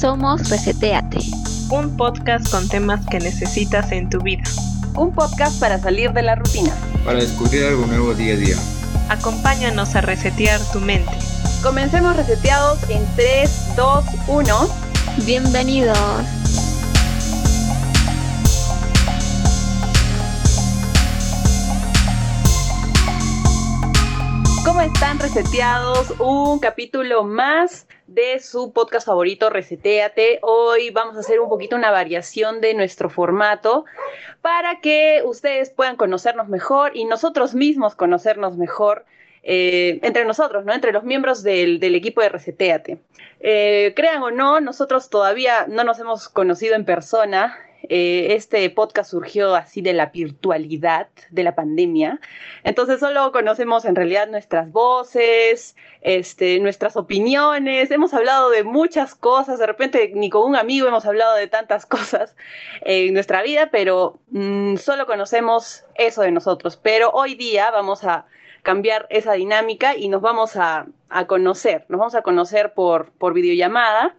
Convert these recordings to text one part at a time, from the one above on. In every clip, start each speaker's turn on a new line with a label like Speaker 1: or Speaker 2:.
Speaker 1: Somos Reseteate.
Speaker 2: Un podcast con temas que necesitas en tu vida.
Speaker 3: Un podcast para salir de la rutina.
Speaker 4: Para descubrir algo nuevo día a día.
Speaker 2: Acompáñanos a resetear tu mente.
Speaker 3: Comencemos reseteados en 3, 2, 1.
Speaker 1: Bienvenidos.
Speaker 3: ¿Cómo están reseteados? Un capítulo más de su podcast favorito Reseteate. Hoy vamos a hacer un poquito una variación de nuestro formato para que ustedes puedan conocernos mejor y nosotros mismos conocernos mejor eh, entre nosotros, ¿no? Entre los miembros del, del equipo de Reseteate. Eh, crean o no, nosotros todavía no nos hemos conocido en persona. Eh, este podcast surgió así de la virtualidad, de la pandemia. Entonces solo conocemos en realidad nuestras voces, este, nuestras opiniones. Hemos hablado de muchas cosas. De repente ni con un amigo hemos hablado de tantas cosas en nuestra vida, pero mm, solo conocemos eso de nosotros. Pero hoy día vamos a cambiar esa dinámica y nos vamos a, a conocer, nos vamos a conocer por, por videollamada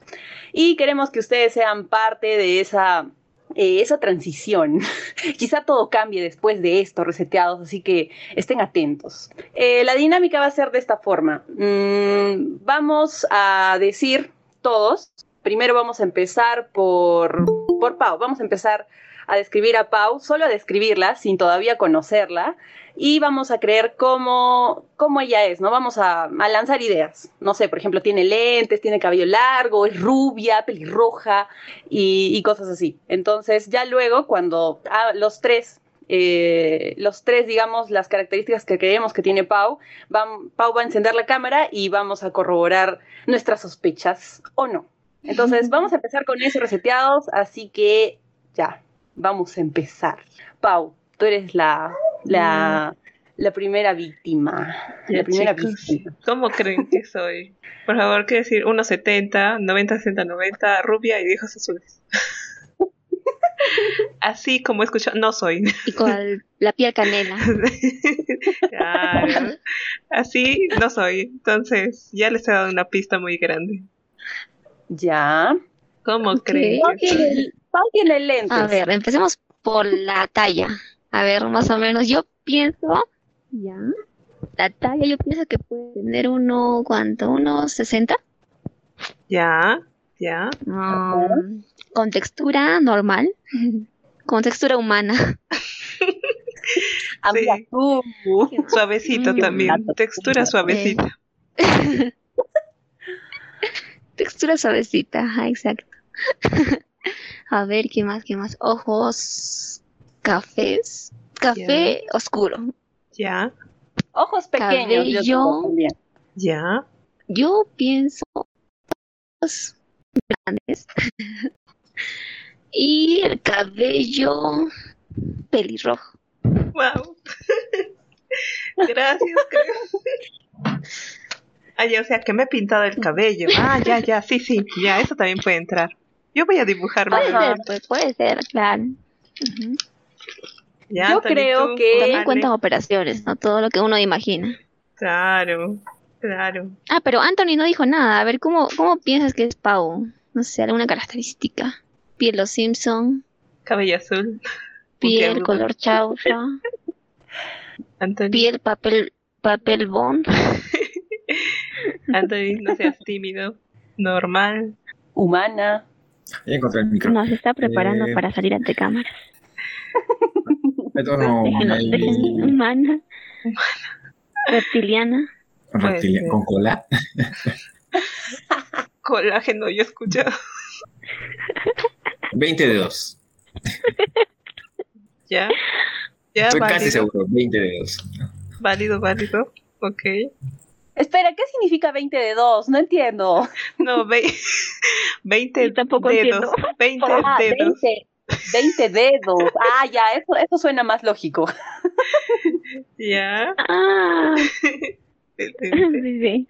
Speaker 3: y queremos que ustedes sean parte de esa, eh, esa transición. Quizá todo cambie después de esto, reseteados, así que estén atentos. Eh, la dinámica va a ser de esta forma. Mm, vamos a decir todos, primero vamos a empezar por, por Pau, vamos a empezar a describir a Pau, solo a describirla sin todavía conocerla y vamos a creer cómo, cómo ella es, ¿no? Vamos a, a, lanzar ideas. No sé, por ejemplo, tiene lentes, tiene cabello largo, es rubia, pelirroja y, y cosas así. Entonces, ya luego, cuando ah, los tres, eh, los tres, digamos, las características que creemos que tiene Pau, van, Pau va a encender la cámara y vamos a corroborar nuestras sospechas o no. Entonces, vamos a empezar con eso, reseteados, así que ya, vamos a empezar. Pau, tú eres la la, la, primera víctima.
Speaker 2: Ya,
Speaker 3: la primera
Speaker 2: chicos, víctima. ¿Cómo creen que soy? Por favor, ¿qué decir? 1,70, 90, 60, 90, rubia y de ojos azules. Así como escucho, no soy.
Speaker 1: Y con el, la piel canela.
Speaker 2: claro. Así no soy. Entonces, ya les he dado una pista muy grande.
Speaker 3: Ya.
Speaker 2: ¿Cómo okay. creen?
Speaker 3: Que soy? Pau tiene lentes.
Speaker 1: A ver, empecemos por la talla. A ver, más o menos, yo pienso, ya, la talla yo pienso que puede tener uno, ¿cuánto? ¿Unos 60?
Speaker 2: Ya, ya.
Speaker 1: Um, con textura normal, con textura humana.
Speaker 2: sí. Suavecito también, textura suavecita.
Speaker 1: textura suavecita, ah, exacto. A ver, ¿qué más? ¿Qué más? Ojos cafés, café yeah. oscuro.
Speaker 2: Ya. Yeah.
Speaker 3: Ojos pequeños.
Speaker 1: Cabello,
Speaker 2: yo ya. Yeah.
Speaker 1: Yo pienso ojos grandes y el cabello pelirrojo.
Speaker 2: Wow. Gracias. Ay, o sea que me he pintado el cabello. Ah, ya, ya, sí, sí, ya, eso también puede entrar. Yo voy a dibujar
Speaker 1: Puede ser, pues, puede ser, claro. Uh -huh.
Speaker 3: ya, Yo creo tú, que.
Speaker 1: También cuentan operaciones, ¿no? Todo lo que uno imagina.
Speaker 2: Claro, claro.
Speaker 1: Ah, pero Anthony no dijo nada. A ver, ¿cómo, cómo piensas que es Pau? No sé, alguna característica. Piel los Simpson.
Speaker 2: Cabello azul.
Speaker 1: Piel color chaufa. piel papel papel bond.
Speaker 2: Anthony, no seas tímido. Normal.
Speaker 3: Humana.
Speaker 4: Ya encontré el micro.
Speaker 1: Nos está preparando eh... para salir ante cámaras.
Speaker 4: Esto no.
Speaker 1: humana. Reptiliana.
Speaker 4: Reptiliana. Con cola.
Speaker 2: Colágeno, yo escucho.
Speaker 4: 20 dedos.
Speaker 2: ya.
Speaker 4: Ya, Estoy válido. casi seguro, 20 dedos.
Speaker 2: Válido, válido. Ok.
Speaker 3: Espera, ¿qué significa 20 de 2? No entiendo.
Speaker 2: No, 20, 20 tampoco dedos. 20
Speaker 3: ah,
Speaker 2: dedos.
Speaker 3: 20, 20, dedos. Ah, ya, eso, eso suena más lógico.
Speaker 2: Ya.
Speaker 1: Ah. sí, sí.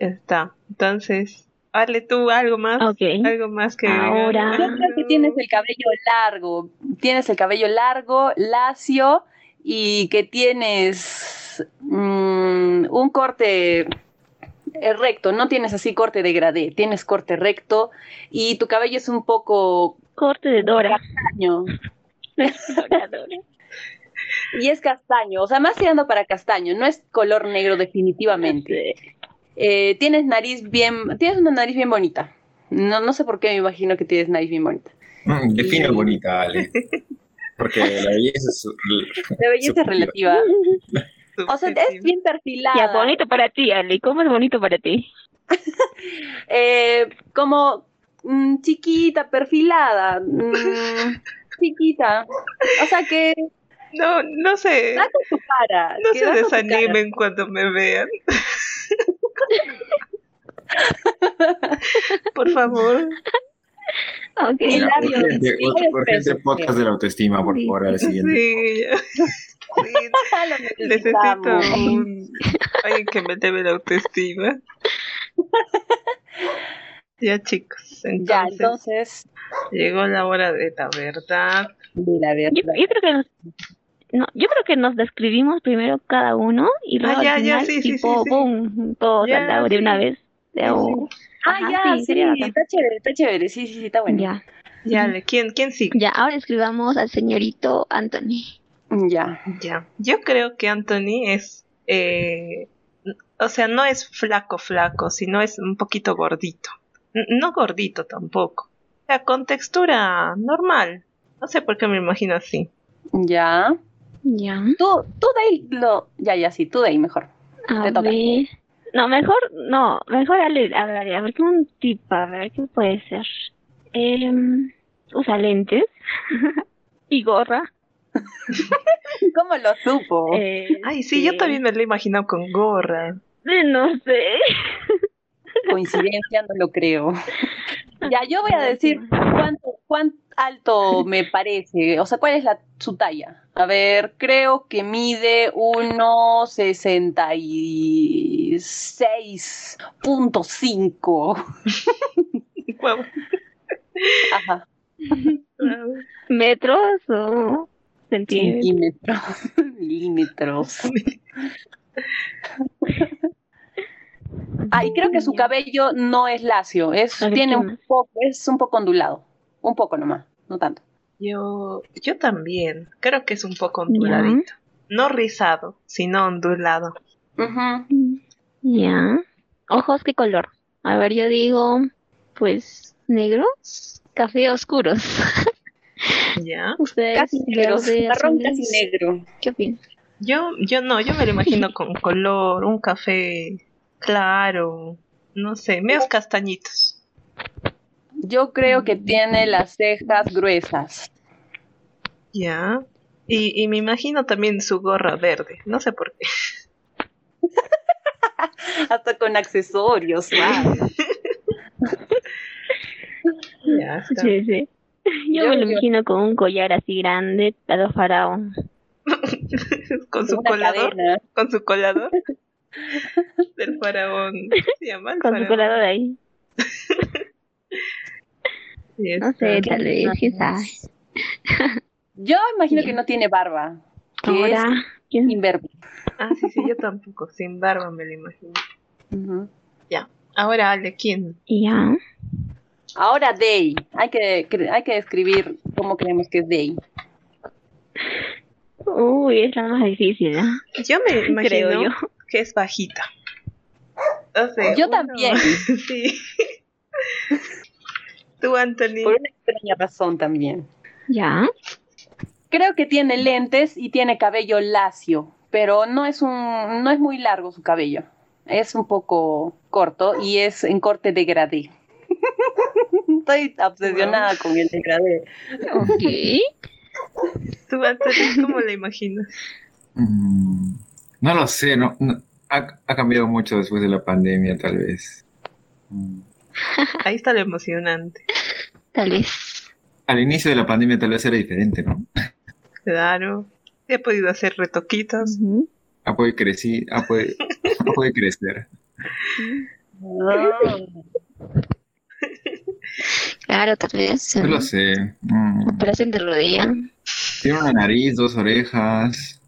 Speaker 2: Ya está. Entonces, Hazle tú algo más. Okay. Algo más que.
Speaker 1: Ahora.
Speaker 3: Yo creo que tienes el cabello largo. Tienes el cabello largo, lacio y que tienes mmm, un mm, corte es recto, no tienes así corte degradé, tienes corte recto y tu cabello es un poco
Speaker 1: Corte de Dora.
Speaker 3: castaño. Y es castaño, o sea, más tirando para castaño, no es color negro definitivamente. Eh, tienes nariz bien, tienes una nariz bien bonita. No, no sé por qué me imagino que tienes nariz bien bonita.
Speaker 4: Mm, Define bonita, Ale. Porque la belleza es.
Speaker 3: La belleza es
Speaker 4: Subjetiva.
Speaker 3: relativa. O sea, es
Speaker 2: Subjetivo.
Speaker 3: bien perfilada.
Speaker 5: Ya, bonito para ti, Ale. ¿Cómo es bonito para ti?
Speaker 3: Eh, como mm, chiquita, perfilada, mm, chiquita. O sea que
Speaker 2: No, no sé.
Speaker 3: da con tu cara.
Speaker 2: No
Speaker 3: que
Speaker 2: se
Speaker 3: da con tu cara.
Speaker 2: desanimen cuando me vean. Por favor.
Speaker 1: Ok.
Speaker 4: Ya,
Speaker 3: labios,
Speaker 4: urgente,
Speaker 3: sí,
Speaker 4: ur- urgente
Speaker 3: pesos,
Speaker 4: podcast de la autoestima, por
Speaker 1: Sí.
Speaker 4: favor, al siguiente.
Speaker 2: Sí, ya. Sí,
Speaker 3: Lo
Speaker 2: necesito
Speaker 3: necesitamos.
Speaker 2: un- alguien que me debe la autoestima. Ya, chicos.
Speaker 3: Ya,
Speaker 2: Entonces,
Speaker 3: entonces,
Speaker 2: llegó la hora de la verdad.
Speaker 3: mira, a ver,
Speaker 5: Yo,
Speaker 1: ah,
Speaker 5: yo creo que nos, no, yo creo que nos describimos primero cada uno y
Speaker 2: Ah,
Speaker 5: luego
Speaker 2: ya,
Speaker 5: al
Speaker 2: ya,
Speaker 5: final,
Speaker 2: sí, sí,
Speaker 5: tipo,
Speaker 2: sí, sí.
Speaker 5: boom, todo
Speaker 2: Ya,
Speaker 5: saldado de
Speaker 2: sí.
Speaker 5: una vez. De
Speaker 2: Sí,
Speaker 5: un-
Speaker 3: Ah,
Speaker 5: Ajá,
Speaker 3: ya,
Speaker 5: sí,
Speaker 3: sí,
Speaker 5: sería bacán.
Speaker 3: está chévere, está chévere, sí, sí, sí, está bueno.
Speaker 5: Ya,
Speaker 2: Ya, Ale, ¿quién, quién sigue?
Speaker 1: Ya, ahora escribamos al señorito Anthony.
Speaker 3: Ya.
Speaker 2: Ya, yo creo que Anthony es, eh, n- o sea, no es flaco, flaco, sino es un poquito gordito. N- no gordito tampoco. O sea, con textura normal. No sé por qué me imagino así.
Speaker 3: Ya.
Speaker 1: Ya.
Speaker 3: Tú, tú de ahí lo... Ya, ya, sí, tú de ahí mejor. Te
Speaker 1: A
Speaker 3: toca.
Speaker 1: ver.
Speaker 5: No, mejor, no, mejor Ale, a ver, Ale, a ver, ¿qué un tipo, a ver, ¿qué puede ser? Em, usa lentes y gorra.
Speaker 3: ¿Cómo lo supo?
Speaker 5: eh,
Speaker 2: Ay, sí, yo
Speaker 5: este,
Speaker 2: también me lo he imaginado con gorra.
Speaker 5: No sé.
Speaker 3: Coincidencia, no lo creo. Ya, yo voy a decir cuánto, cuán alto me parece, o sea, cuál es la, su talla. A ver, creo que mide unos 66.5.
Speaker 2: Guau.
Speaker 3: Ajá,
Speaker 5: ¿Metros o centímetros?
Speaker 3: centímetros, milímetros. Ay, creo que su cabello no es lacio, es,
Speaker 5: A ver,
Speaker 3: tiene
Speaker 5: ¿quién
Speaker 3: un poco, es un poco ondulado, un poco nomás, no tanto.
Speaker 2: Yo, yo también. Creo que es un poco onduladito. No rizado, sino ondulado.
Speaker 3: Ujú.
Speaker 1: Ya.
Speaker 5: ¿Ojos qué color?
Speaker 1: A ver, yo digo, pues, negros, café oscuros.
Speaker 2: ¿Ya?
Speaker 1: Ustedes,
Speaker 3: Casi negro,
Speaker 1: verde,
Speaker 3: marrón
Speaker 1: azules,
Speaker 3: casi negro.
Speaker 1: ¿Qué opinan?
Speaker 2: Yo, yo no, yo me lo imagino con color, un café claro, no sé, medios castañitos.
Speaker 3: Yo creo que tiene las cejas gruesas.
Speaker 2: Ya. Y, y me imagino también su gorra verde. No sé por qué.
Speaker 3: Hasta con accesorios. wow.
Speaker 2: Ya está.
Speaker 5: Sí, sí. Yo,
Speaker 3: Yo
Speaker 5: me lo
Speaker 3: digo-
Speaker 5: imagino con un collar así grande, a los faraón.
Speaker 2: Con su
Speaker 3: Una
Speaker 2: colador.
Speaker 3: cadena.
Speaker 2: Con su colador. Del faraón. Se llama el
Speaker 5: Con su
Speaker 2: faraón.
Speaker 5: colador ahí.
Speaker 2: Ya
Speaker 1: No
Speaker 2: está.
Speaker 1: sé, tal vez, quién sabe.
Speaker 3: Yo imagino que no tiene barba. Que
Speaker 5: Ahora,
Speaker 3: es
Speaker 5: ¿quién?
Speaker 3: imberbe.
Speaker 2: Ah, sí, sí, yo tampoco. Sin barba me lo imagino. Ahora, Ale, ¿quién?
Speaker 5: Ya.
Speaker 3: Ahora Day. Hay que, cre- hay que describir cómo creemos que es Day.
Speaker 5: Uy, es la más difícil, ¿eh?
Speaker 2: Yo me
Speaker 5: creo
Speaker 2: imagino
Speaker 5: yo.
Speaker 2: que es bajita. No sé,
Speaker 3: Yo
Speaker 2: uno-
Speaker 3: también.
Speaker 2: sí. Tú, Anthony.
Speaker 3: Por una extraña razón también.
Speaker 1: Ya.
Speaker 3: Creo que tiene lentes y tiene cabello lacio, pero no es un, no es muy largo su cabello. Es un poco corto y es en corte degradé. Estoy obsesionada con el degradé.
Speaker 1: Ok.
Speaker 2: Tú, Anthony, ¿cómo le imaginas?
Speaker 4: Mm, No lo sé, no, no- ha, ha cambiado mucho después de la pandemia, tal vez. Mm.
Speaker 2: Ahí está lo emocionante.
Speaker 1: Tal vez.
Speaker 4: Al inicio de la pandemia tal vez era diferente, ¿no?
Speaker 2: Claro. He podido hacer retoquitos.
Speaker 1: Ujú.
Speaker 4: Ha podido crecer, ha podido, ha podido crecer.
Speaker 1: Claro, tal vez.
Speaker 4: No
Speaker 1: eh,
Speaker 4: lo sé. Mm.
Speaker 1: Operación de rodilla.
Speaker 4: Tiene una nariz, dos orejas.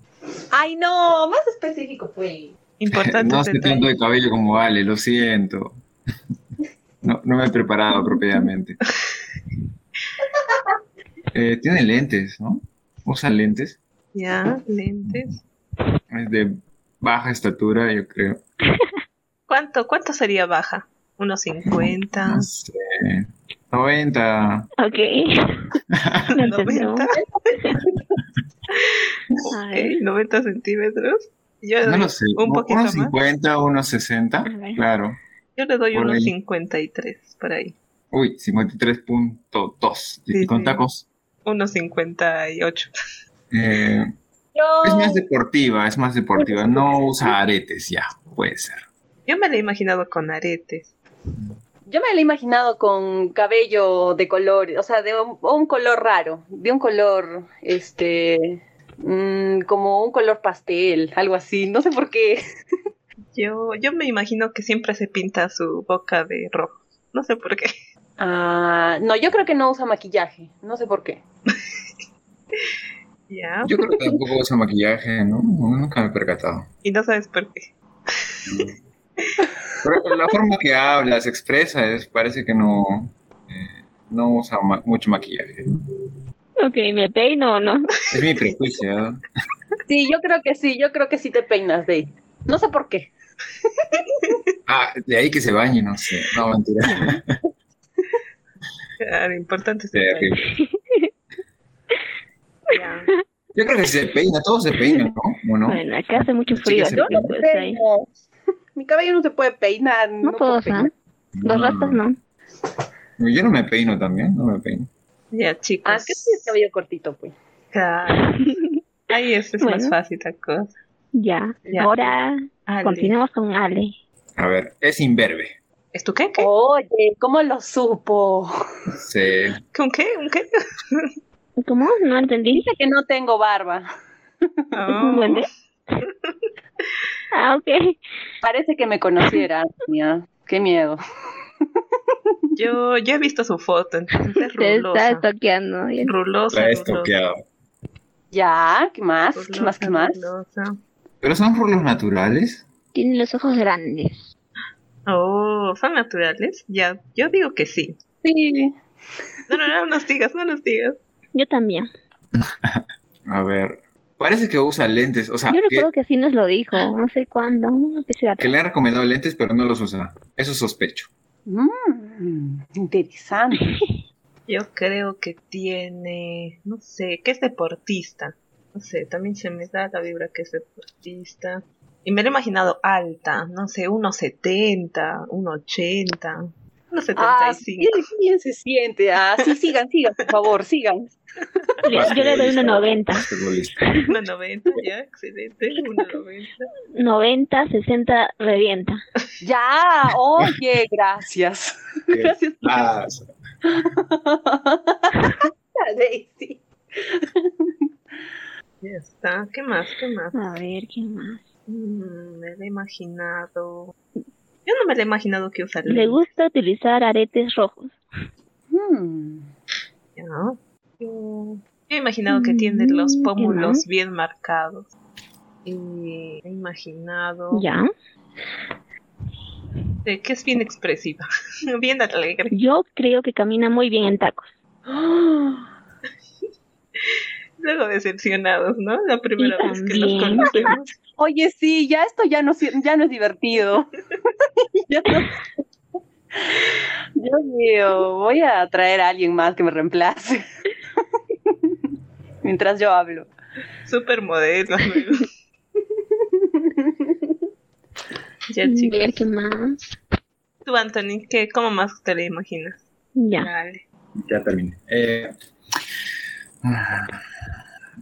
Speaker 3: Ay, no, más específico fue.
Speaker 2: Importante
Speaker 4: no sé tanto de cabello como vale, lo siento. No, no me he preparado propiamente. Eh, tiene lentes, ¿no? Usan lentes. Mm,
Speaker 2: Ya, lentes.
Speaker 4: Es de baja estatura, yo creo.
Speaker 2: ¿Cuánto, cuánto sería baja? ¿Unos 50?
Speaker 4: No sé. 90.
Speaker 5: Ok. No
Speaker 3: pues
Speaker 5: entendemos.
Speaker 2: 90,
Speaker 5: Ay,
Speaker 2: 90 centímetros. Yo le
Speaker 4: No
Speaker 2: doy,
Speaker 4: lo sé.
Speaker 2: un poquito
Speaker 4: unos
Speaker 2: más.
Speaker 4: 50, unos 60.
Speaker 5: A ver.
Speaker 4: Claro.
Speaker 2: yo le doy
Speaker 4: por
Speaker 2: unos
Speaker 4: ahí.
Speaker 2: 53 por ahí.
Speaker 4: Uy, 53.2. Y
Speaker 2: Sí,
Speaker 4: con
Speaker 2: sí.
Speaker 4: tacos.
Speaker 2: Unos 58.
Speaker 4: Eh, es más deportiva, es más deportiva. No usa aretes ya, puede ser.
Speaker 2: Yo me la he imaginado con aretes.
Speaker 3: Yo me la he imaginado con cabello de color, o sea, de un, un color raro, de un color, este, mm, como un color pastel, algo así, no sé por qué.
Speaker 2: Yo, yo me imagino que siempre se pinta su boca de rojo. No sé por qué.
Speaker 3: Ah, no, yo creo que no usa maquillaje, no sé por qué.
Speaker 2: Ya.
Speaker 4: Yo creo que tampoco usa maquillaje, ¿no? Nunca me he percatado.
Speaker 2: Y no sabes por qué.
Speaker 4: Pero la forma que habla, se expresa, es, parece que no, eh, no usa ma- mucho maquillaje.
Speaker 5: Ok, ¿me peino o no?
Speaker 4: Es mi prejuicio. ¿eh? ¿no?
Speaker 3: Sí, yo creo que sí, yo creo que sí te peinas, Dave. No sé por qué.
Speaker 4: Ah, de ahí que se bañe, no sé. No, mentira.
Speaker 2: Ah, Lo importante es el
Speaker 4: Terrible.
Speaker 2: pelo. Ya.
Speaker 4: Yo creo que se peina, todos se peinan, ¿no? ¿O no?
Speaker 5: Bueno, acá hace mucho
Speaker 4: Las
Speaker 5: frío,
Speaker 4: chicas
Speaker 5: así
Speaker 4: se
Speaker 5: que
Speaker 4: peinan.
Speaker 5: pues ahí.
Speaker 3: Pero Mi cabello no se puede peinar.
Speaker 5: No puedo usar. Los
Speaker 4: No.
Speaker 5: ratos no.
Speaker 4: Yo no me peino también, no me peino.
Speaker 2: Ya,
Speaker 3: Ah,
Speaker 2: chicos.
Speaker 3: ¿qué tienes cabello cortito, pues?
Speaker 2: Claro. Ahí es, es más
Speaker 5: Bueno.
Speaker 2: fácil la cosa.
Speaker 5: Ya.
Speaker 2: Ya.
Speaker 5: Ahora
Speaker 2: Ale,
Speaker 5: continuamos con Ale.
Speaker 4: A ver, es imberbe.
Speaker 2: ¿Es tu qué? ¿Qué?
Speaker 5: Oh.
Speaker 3: Oye, ¿cómo lo supo?
Speaker 4: Se...
Speaker 2: ¿Con qué? ¿Un qué?
Speaker 5: ¿Cómo? No entendí.
Speaker 3: Dice que no tengo barba.
Speaker 2: Oh.
Speaker 5: Bueno. Ah, ok.
Speaker 3: Parece que me conociera, mía. Qué miedo.
Speaker 2: Yo, yo he visto su foto, entonces es
Speaker 5: Te está
Speaker 2: rulosa.
Speaker 5: estoqueando. ya.
Speaker 2: Rulosa,
Speaker 4: La he
Speaker 2: rulosa.
Speaker 4: estoqueado.
Speaker 3: Ya, ¿qué más?
Speaker 5: Pues
Speaker 3: ¿Qué
Speaker 2: rulosa,
Speaker 3: más? ¿Qué más?
Speaker 2: rulosa.
Speaker 4: ¿Pero son rulos naturales?
Speaker 5: Tiene los ojos grandes.
Speaker 2: Oh, ¿son naturales? Ya, yo digo que sí.
Speaker 3: Sí.
Speaker 2: No, no, no nos digas, no nos digas.
Speaker 5: Yo también.
Speaker 4: A ver, parece que usa lentes, o sea,
Speaker 5: Yo
Speaker 4: que,
Speaker 5: recuerdo que así nos lo dijo. No sé cuándo. No sé si era-
Speaker 4: que le han recomendado lentes, pero no los usa. Eso sospecho.
Speaker 3: Mm, interesante.
Speaker 2: Yo creo que tiene, no sé, que es deportista. No sé, también se me da la vibra que es deportista. Y me lo he imaginado alta, no sé, 1,70, 1,80,
Speaker 3: Ah, sí,
Speaker 2: 1,75.
Speaker 3: qué bien se siente. Ah, sí, sigan, sigan, por favor, sigan.
Speaker 5: Le- Yo le doy una 90.
Speaker 4: Basquetbolista.
Speaker 2: 1,90, ya, excelente, 1,90.
Speaker 5: 90, 60, revienta.
Speaker 3: Ya, oye, gracias.
Speaker 4: ¿Qué
Speaker 3: Gracias.
Speaker 4: pasa?
Speaker 3: Daisy.
Speaker 2: Ya está, ¿qué más? ¿Qué más?
Speaker 5: A ver, ¿qué más?
Speaker 2: Mm, me lo he imaginado. Yo no me lo he imaginado que usa
Speaker 5: Le gusta utilizar aretes rojos.
Speaker 3: Mm.
Speaker 2: Ya. Yo he imaginado que tiene los
Speaker 5: Mm, ¿qué
Speaker 2: pómulos
Speaker 5: más?
Speaker 2: bien marcados. Y he imaginado
Speaker 5: Ya.
Speaker 2: de que es bien expresiva, bien alegre.
Speaker 5: Yo creo que camina muy bien en tacos.
Speaker 3: Ah,
Speaker 2: Luego decepcionados, ¿no? La primera
Speaker 5: Y
Speaker 2: vez que los
Speaker 5: también.
Speaker 2: conocemos.
Speaker 3: Oye, sí, ya esto ya no, sir- ya no es divertido. Ya no- Dios mío, voy a traer a alguien más que me reemplace. Mientras yo hablo.
Speaker 2: Supermodelo. luego. ya,
Speaker 5: Mm,
Speaker 1: A ver
Speaker 2: chicos.
Speaker 1: qué más.
Speaker 2: Tú, Anthony, ¿qué, ¿cómo más te la imaginas?
Speaker 5: Ya.
Speaker 2: Dale.
Speaker 4: Ya terminé. Eh, ah,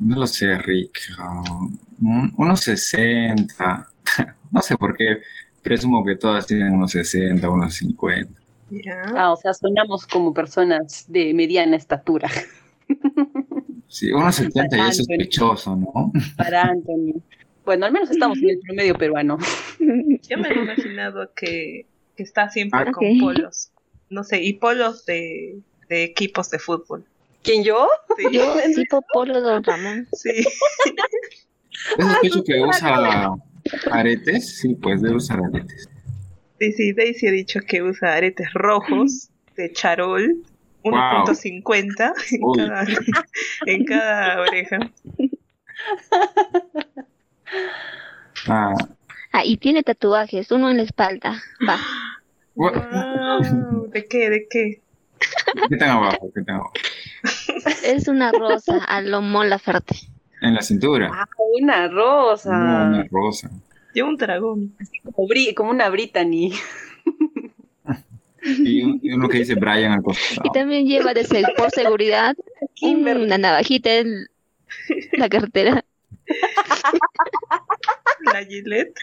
Speaker 4: no lo sé, Rick. ah, un- Unos 60. No sé por qué. Presumo que todas tienen unos 60, unos 50.
Speaker 2: Ya.
Speaker 3: Ah, o sea, sonamos como personas de mediana estatura.
Speaker 4: Sí, unos 70 ya es sospechoso, ¿no?
Speaker 3: Para Anthony. Bueno, al menos estamos en el promedio peruano.
Speaker 2: Yo me lo he imaginado que, que está siempre
Speaker 5: Ah,
Speaker 2: con
Speaker 5: ok.
Speaker 2: polos. No sé, y polos de, de equipos de fútbol.
Speaker 3: ¿Quién yo?
Speaker 2: Sí.
Speaker 5: Yo tipo polo don Ramón.
Speaker 2: Sí,
Speaker 5: Ah, pues,
Speaker 4: Yo sospecho que usa ¿Aretes? Sí, pues debe usar aretes.
Speaker 2: Sí, sí, Daisy ha dicho que usa aretes rojos de charol, 1.50
Speaker 4: Uy.
Speaker 2: en, cada, en cada oreja.
Speaker 4: Ah,
Speaker 1: Ah, y tiene tatuajes, uno en la espalda. Va.
Speaker 4: gua-
Speaker 2: Wow, ¿De qué? ¿De qué?
Speaker 4: ¿Qué tan abajo? ¿Qué tan abajo?
Speaker 1: Es una rosa a lo Mon Laferte.
Speaker 4: En la cintura.
Speaker 3: Ah, una rosa.
Speaker 4: No, una rosa.
Speaker 2: Lleva un dragón.
Speaker 3: Como, Bri- como una Brittany.
Speaker 4: Y un- y uno que dice Brian al
Speaker 1: Y
Speaker 4: costado.
Speaker 1: también lleva de se- por seguridad
Speaker 3: Kimberly.
Speaker 1: una navajita en la cartera.
Speaker 2: La Gillette.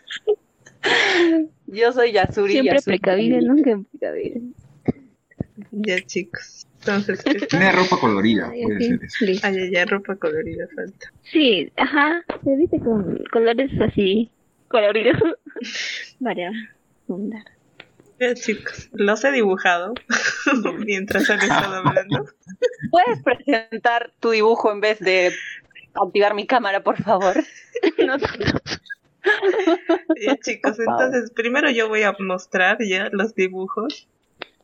Speaker 3: Yo soy Yasuri.
Speaker 1: Siempre
Speaker 3: Yasuri.
Speaker 1: precavida, nunca precavida.
Speaker 2: Ya, chicos. Entonces, ¿qué tal?
Speaker 4: Tiene ropa colorida,
Speaker 1: Ay,
Speaker 4: puede
Speaker 1: así,
Speaker 4: ser eso.
Speaker 1: listo.
Speaker 2: Ay, ay, ay, ropa colorida falta.
Speaker 5: Sí, ajá. Se viste con colores así, coloridos. Para fundar.
Speaker 2: Ya, chicos, los he dibujado mientras han estado hablando.
Speaker 3: ¿Puedes presentar tu dibujo en vez de activar mi cámara, por favor?
Speaker 1: No, no.
Speaker 2: Ya, chicos, entonces primero yo voy a mostrar ya los dibujos.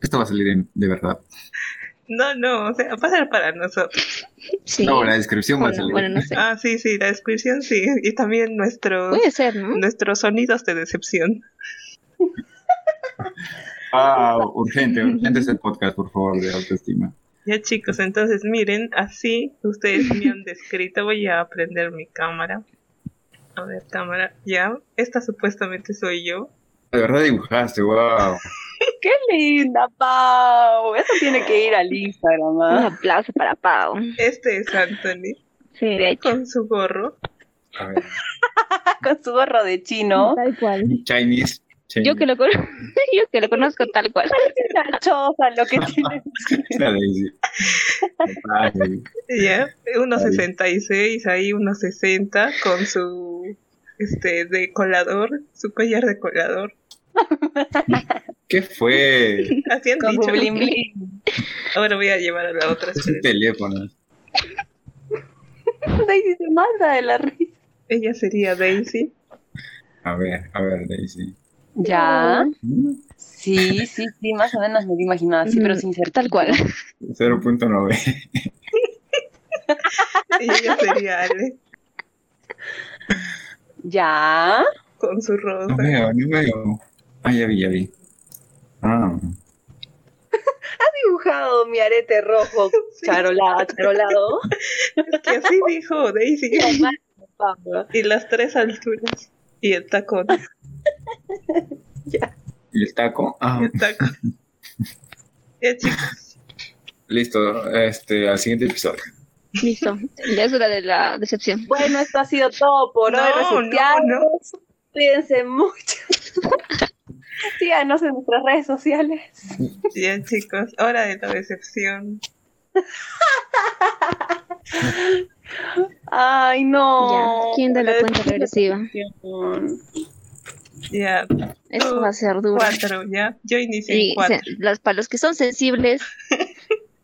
Speaker 4: Esto va a salir en- de verdad.
Speaker 2: No, no, o sea, va a ser para nosotros.
Speaker 1: Sí.
Speaker 4: No, la descripción va a
Speaker 1: bueno,
Speaker 4: salir.
Speaker 1: bueno, no sé.
Speaker 2: Ah, sí, sí, la descripción sí. Y también nuestros,
Speaker 1: Puede ser, ¿no?
Speaker 2: nuestros sonidos de decepción.
Speaker 4: Ah, urgente, urgente es el podcast, por favor, de autoestima.
Speaker 2: Ya, chicos, entonces miren, así ustedes me han descrito. Voy a prender mi cámara. A ver, cámara, ya. Esta supuestamente soy yo.
Speaker 4: De verdad dibujaste, wow.
Speaker 3: ¡Qué linda, Pau! Eso tiene que ir al Instagram,
Speaker 5: Un
Speaker 3: ¿ah?
Speaker 5: aplauso para Pau.
Speaker 2: Este es Anthony
Speaker 5: Sí, de hecho.
Speaker 2: con su gorro.
Speaker 4: A ver,
Speaker 3: Con su gorro de chino.
Speaker 5: Tal cual.
Speaker 4: Chinese. Chinese.
Speaker 1: Yo que lo, con- yo que lo conozco tal cual.
Speaker 3: Una choza, lo que tiene. este
Speaker 4: La Daisy. La Daisy.
Speaker 2: Ya,
Speaker 4: Ahí.
Speaker 2: 1.66, ahí 1.60 con su este de colador, su collar de colador.
Speaker 4: ¿Qué fue?
Speaker 2: Así han
Speaker 3: Con su
Speaker 2: dicho.
Speaker 3: bling bling.
Speaker 2: Ahora voy a llevar a la otra.
Speaker 4: Es un
Speaker 2: esperen.
Speaker 4: teléfono.
Speaker 3: Daisy se mata de la risa.
Speaker 2: Ella sería Daisy.
Speaker 4: A ver, a ver, Daisy.
Speaker 3: Ya.
Speaker 4: Mm,
Speaker 3: Sí, sí, sí, más o menos me lo imaginaba así, pero
Speaker 1: Mm,
Speaker 3: sin ser
Speaker 1: Tal cual.
Speaker 4: 0.9.
Speaker 2: Y ella sería Ale
Speaker 3: Ya.
Speaker 2: con su
Speaker 4: No
Speaker 2: rosa.
Speaker 4: veo, no veo. Ah, ya vi, ya vi. Ah,
Speaker 3: Dibujado mi arete rojo, charolado, charolado.
Speaker 2: Es que así dijo Daisy.
Speaker 3: Pau.
Speaker 2: Y las tres alturas. Y el tacón.
Speaker 4: ¿y el taco? Ah,
Speaker 2: El tacón. Ya chicos.
Speaker 4: listo. Este, al siguiente episodio.
Speaker 1: Listo. Ya es hora de la decepción.
Speaker 3: Bueno, esto ha sido todo por hoy.
Speaker 2: No,
Speaker 3: reseteados.
Speaker 2: no, no.
Speaker 3: Cuídense mucho. Síganos en nuestras redes sociales.
Speaker 2: Ya chicos. Hora de la decepción.
Speaker 3: Ay, no. eh,
Speaker 1: Ya. ¿Quién da la cuenta regresiva?
Speaker 2: Ya.
Speaker 1: Esto va a ser duro.
Speaker 2: Cuatro, ya. Yo inicié en
Speaker 1: Y
Speaker 2: cuatro.
Speaker 1: se- las, para los que son sensibles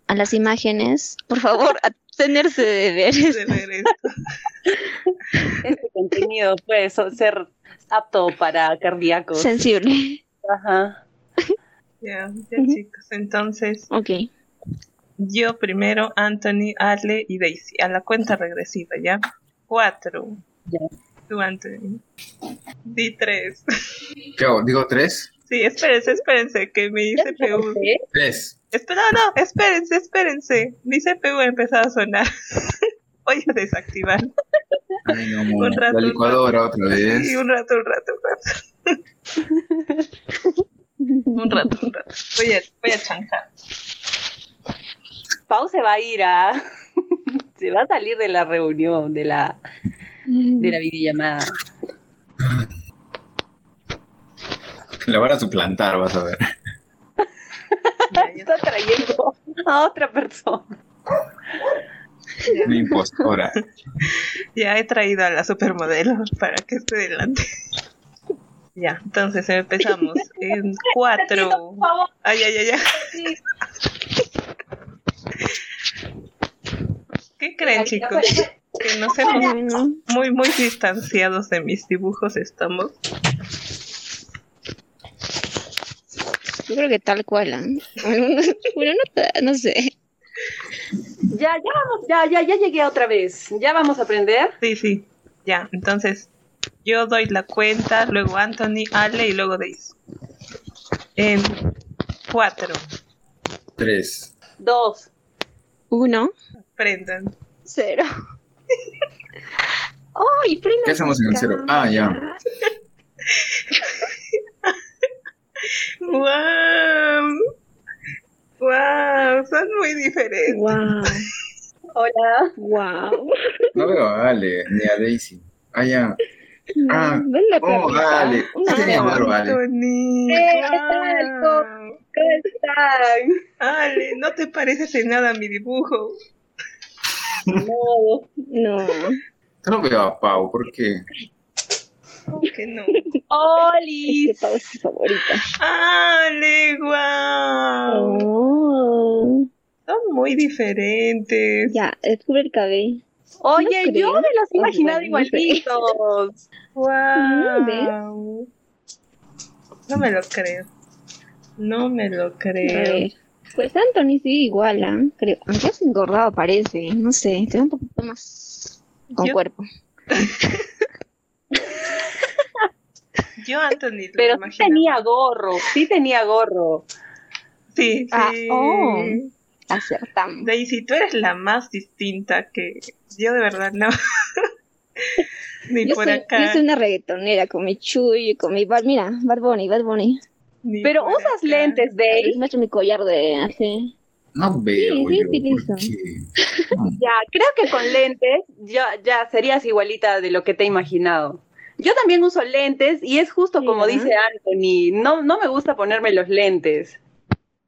Speaker 1: a las imágenes, por favor, abstenerse de ver.
Speaker 2: de ver esto.
Speaker 3: Este contenido puede so- ser apto para cardíacos.
Speaker 1: Sensible.
Speaker 3: Ajá.
Speaker 2: Ya, ya,
Speaker 1: Ujú.
Speaker 2: chicos. Entonces,
Speaker 1: Ok.
Speaker 2: yo primero, Anthony, Ale y Daisy. A la cuenta regresiva, ¿ya? Cuatro.
Speaker 3: Ya.
Speaker 2: Tú, Anthony. Di tres.
Speaker 4: ¿Qué hago? ¿Digo tres?
Speaker 2: Sí, espérense, espérense, que mi CPU.
Speaker 3: ¿eh?
Speaker 4: Tres.
Speaker 2: Espera, no, no, espérense, espérense. Mi CPU ha empezado a sonar. Voy a desactivar.
Speaker 4: Ay, no,
Speaker 2: Un rato,
Speaker 4: la licuadora otra vez.
Speaker 2: Sí, un rato, un rato, un rato. Un rato, un rato. Voy a, voy a chancar.
Speaker 3: Pau se va a ir a. se va a salir de la reunión, de la, de la videollamada.
Speaker 4: La van a suplantar, vas a ver.
Speaker 2: Ya, ya,
Speaker 3: Está trayendo a otra persona.
Speaker 4: Una impostora.
Speaker 2: Ya he traído a la supermodelo para que esté delante. Ya, entonces empezamos en cuatro.
Speaker 3: Por favor,
Speaker 2: Ay, ay, ay, ay. ¿Qué creen, chicos? que nos hemos
Speaker 5: Bueno,
Speaker 2: muy, muy distanciados de mis dibujos estamos.
Speaker 1: Yo creo que tal cual. ¿eh? Algunos- bueno, no, ta- no sé.
Speaker 3: Ya, ya vamos, ya, ya, ya llegué otra vez. Ya vamos a aprender.
Speaker 2: Sí, sí, ya. Entonces, yo doy la cuenta, luego Anthony, Ale y luego Daisy. En cuatro,
Speaker 4: Tres.
Speaker 3: Dos.
Speaker 1: Uno,
Speaker 2: prendan.
Speaker 1: cero. ¡Ay, prima!
Speaker 4: ¿Qué hacemos en el cero? Ah, ya.
Speaker 2: ¡Wow! ¡Wow! Son muy diferentes.
Speaker 5: Wow,
Speaker 3: Hola.
Speaker 5: wow.
Speaker 4: No veo a Ale ni a Daisy. Ah, ya. Ah,
Speaker 5: ¿Ves la
Speaker 4: oh,
Speaker 5: perrita?
Speaker 4: Ale.
Speaker 5: Una
Speaker 4: Sí,
Speaker 5: perra.
Speaker 4: amor. vale.
Speaker 2: Anthony.
Speaker 3: Eh,
Speaker 2: guau.
Speaker 3: ¿Cómo están?
Speaker 2: Ale, no te pareces en nada a mi dibujo.
Speaker 3: No.
Speaker 5: No.
Speaker 4: No veo a Pau, ¿por qué?
Speaker 2: ¿Cómo que no?
Speaker 3: Oli.
Speaker 5: Este pavo es su favorita.
Speaker 2: Ale, wow.
Speaker 5: Oh.
Speaker 2: Son muy diferentes.
Speaker 5: Ya, descubre el cabello.
Speaker 3: Oye,
Speaker 5: No
Speaker 3: yo
Speaker 5: creo.
Speaker 3: me los he
Speaker 5: Ay,
Speaker 3: imaginado
Speaker 5: bueno, no sé.
Speaker 3: igualitos.
Speaker 2: Wow. No me lo creo. No me lo
Speaker 5: A
Speaker 2: creo.
Speaker 5: ver.
Speaker 1: Pues Anthony sí igual, ¿ah? creo. Aunque has engordado parece, no sé, te ve un poquito más con
Speaker 2: Yo-
Speaker 1: cuerpo.
Speaker 2: Yo Anthony lo
Speaker 3: Pero sí
Speaker 2: imagino.
Speaker 3: tenía gorro, sí tenía gorro.
Speaker 2: Sí, sí.
Speaker 1: Ah, oh. Acertamos.
Speaker 2: Daisy, tú eres la más distinta que yo de verdad no. ni
Speaker 1: Yo
Speaker 2: por
Speaker 1: soy,
Speaker 2: acá.
Speaker 1: yo soy una reggaetonera con mi chuy, con mi bar, mira, Bad Bunny, Bad Bunny.
Speaker 2: ni
Speaker 3: Pero
Speaker 2: por
Speaker 3: usas
Speaker 2: acá.
Speaker 3: lentes,
Speaker 1: Les
Speaker 3: Dave.
Speaker 1: muestro mi collar de hace.
Speaker 4: No veo.
Speaker 1: Sí, sí,
Speaker 4: yo,
Speaker 1: utilizo.
Speaker 4: ¿por qué? Hmm.
Speaker 3: Ya, creo que con lentes ya, ya serías igualita de lo que te he imaginado. Yo también uso lentes y es justo
Speaker 1: Sí,
Speaker 3: como
Speaker 1: ¿verdad?
Speaker 3: dice Anthony, no, no me gusta ponerme los lentes.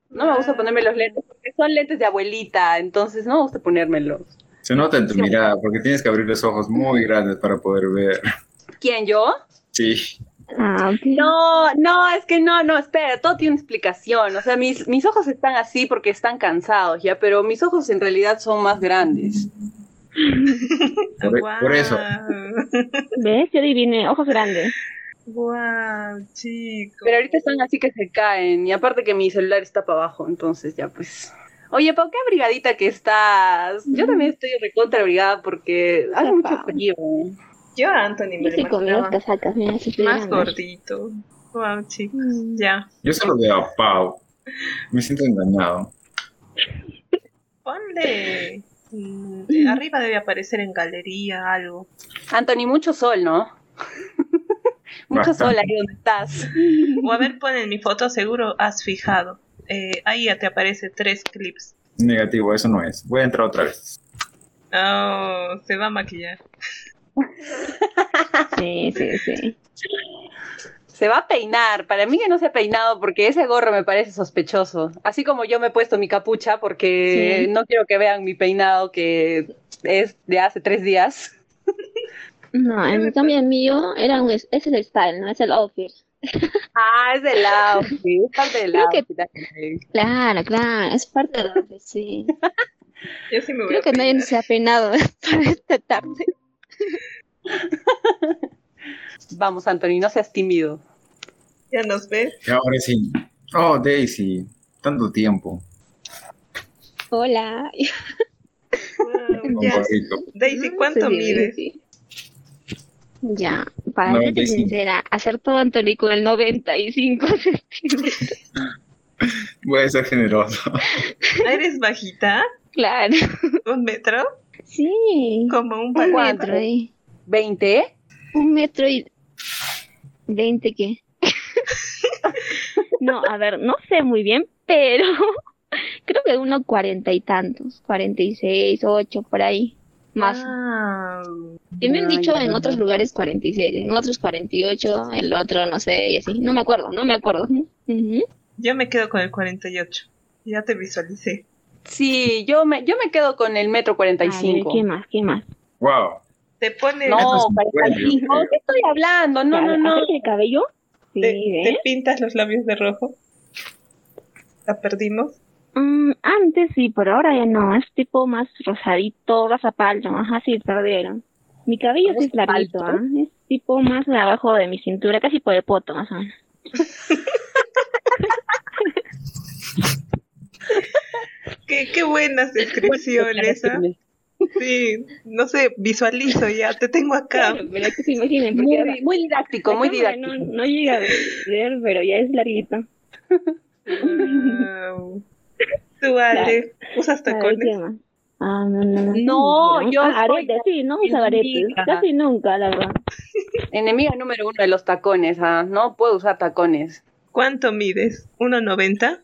Speaker 3: No me gusta ponerme los lentes porque son lentes de abuelita, entonces no me gusta ponérmelos.
Speaker 4: Se nota en tu mirada, porque tienes que abrir los ojos muy grandes para poder ver.
Speaker 3: ¿Quién, yo?
Speaker 4: Sí.
Speaker 1: Ah, ok.
Speaker 3: No, no, es que no, no, espera, todo tiene una explicación. O sea, mis, mis ojos están así porque están cansados, ya, pero mis ojos en realidad son más grandes.
Speaker 4: Por,
Speaker 2: Guau.
Speaker 4: por eso.
Speaker 5: ¿Ves? Yo adiviné. Ojos grandes.
Speaker 2: Guau, chico.
Speaker 3: Pero ahorita están así que se caen. Y aparte que mi celular está para abajo, entonces ya pues. Oye, Pau, qué abrigadita que estás. Yo también estoy recontra abrigada porque hace
Speaker 1: Hola,
Speaker 3: mucho
Speaker 1: Pau.
Speaker 3: frío.
Speaker 2: Yo a Anthony me
Speaker 1: Yo
Speaker 2: lo
Speaker 1: estoy con mis
Speaker 2: imaginaba
Speaker 1: casacas, mira, si estoy
Speaker 2: más
Speaker 1: grande.
Speaker 2: gordito. Guau, chico.
Speaker 1: Mm.
Speaker 2: Ya.
Speaker 4: Yo solo veo a Pau. Me siento engañado.
Speaker 2: Ponle. mm, Arriba debe aparecer en galería algo.
Speaker 3: Anthony, mucho sol, ¿no? mucho
Speaker 4: Bastante.
Speaker 3: sol ahí donde estás.
Speaker 2: O a ver, pon en mi foto, seguro has fijado. Eh, ahí ya te aparece tres clips.
Speaker 4: Negativo, eso no es. Voy a entrar otra vez.
Speaker 2: Oh, se va a maquillar.
Speaker 5: Sí, sí, sí.
Speaker 3: Se va a peinar. Para mí que no se ha peinado porque ese gorro me parece sospechoso. Así como yo me he puesto mi capucha porque no quiero que vean mi peinado que es de hace tres días.
Speaker 1: No, en cambio el mío era un, ese es el style, no es el outfit.
Speaker 3: Ah, es del outfit, es parte del
Speaker 1: Creo que-
Speaker 3: outfit también.
Speaker 1: Claro, claro, es parte del outfit, sí.
Speaker 2: Yo sí me voy
Speaker 1: Creo
Speaker 2: a
Speaker 1: que nadie
Speaker 2: peinar.
Speaker 1: se ha peinado esta tarde.
Speaker 3: Vamos, Anthony, no seas tímido.
Speaker 2: Ya nos ves.
Speaker 4: Y ahora sí. Oh, Daisy. Tanto tiempo.
Speaker 1: Hola.
Speaker 2: Guau,
Speaker 4: Un
Speaker 2: ya.
Speaker 4: poquito.
Speaker 2: Daisy,
Speaker 1: Mm,
Speaker 2: ¿cuánto
Speaker 1: sí, sí,
Speaker 2: mides?
Speaker 1: sí. Ya, para
Speaker 4: No,
Speaker 1: serte
Speaker 4: Daisy.
Speaker 1: sincera, hacer todo Anthony con el 95 centímetros.
Speaker 4: Voy a ser generoso.
Speaker 2: Ah, ¿Eres bajita?
Speaker 1: Claro.
Speaker 2: ¿Un metro?
Speaker 1: Sí.
Speaker 2: Como un
Speaker 1: Un
Speaker 2: palito.
Speaker 1: metro ahí.
Speaker 3: ¿20?
Speaker 1: Un metro y. ¿20 qué?
Speaker 5: No, a ver, no sé muy bien, pero creo que unos cuarenta y tantos.
Speaker 1: 46, 8, por ahí. Más.
Speaker 2: Guau.
Speaker 1: Y me han
Speaker 3: Ay,
Speaker 1: dicho
Speaker 3: ay,
Speaker 1: en
Speaker 3: ay.
Speaker 1: otros lugares 46, en otros 48, el otro no sé, y así. No me acuerdo, no me acuerdo. Ujú.
Speaker 2: Yo me quedo con el 48. Ya te visualicé.
Speaker 3: Sí, yo me, yo me quedo con el metro
Speaker 5: A ver, ¿Qué
Speaker 3: 45.
Speaker 5: más? ¿Qué más?
Speaker 4: Wow.
Speaker 2: Te pones,
Speaker 3: No,
Speaker 4: Eso es
Speaker 3: 45.
Speaker 4: bueno.
Speaker 3: ¿Qué estoy hablando? No,
Speaker 5: Ya,
Speaker 3: no, no.
Speaker 5: ¿haces el cabello? Sí,
Speaker 2: te,
Speaker 5: ¿ves?
Speaker 1: ¿eh?
Speaker 2: te pintas los labios de rojo. La perdimos.
Speaker 5: Mm, antes sí, pero ahora ya no. Es tipo más rosadito, razapalto. Ajá, sí, perdieron. Mi cabello sí es larguito,
Speaker 3: ¿Raspalto?
Speaker 5: ¿ah? Es tipo más abajo de mi cintura, casi por el poto, más o menos.
Speaker 2: Qué, qué buenas descripciones. ¿ah? Sí, no sé, visualizo ya, te tengo acá.
Speaker 5: Claro, pero que se imaginen, porque ahora-
Speaker 3: Muy, muy didáctico,
Speaker 5: la
Speaker 3: muy
Speaker 5: cámara
Speaker 3: didáctico.
Speaker 5: No, no llega a ver, pero ya es larguito.
Speaker 2: Wow. Ah, Tú, Ale, usas
Speaker 5: A ver,
Speaker 2: tacones.
Speaker 5: ¿qué más? Ah, no, no, no.
Speaker 3: No, yo
Speaker 5: Ah,
Speaker 3: soy
Speaker 5: aretes, sí, no usaba aretes.
Speaker 3: enemiga.
Speaker 5: Casi nunca, la verdad.
Speaker 3: Enemiga número uno de los tacones, ah, no puedo usar tacones.
Speaker 2: ¿Cuánto mides? ¿1,90?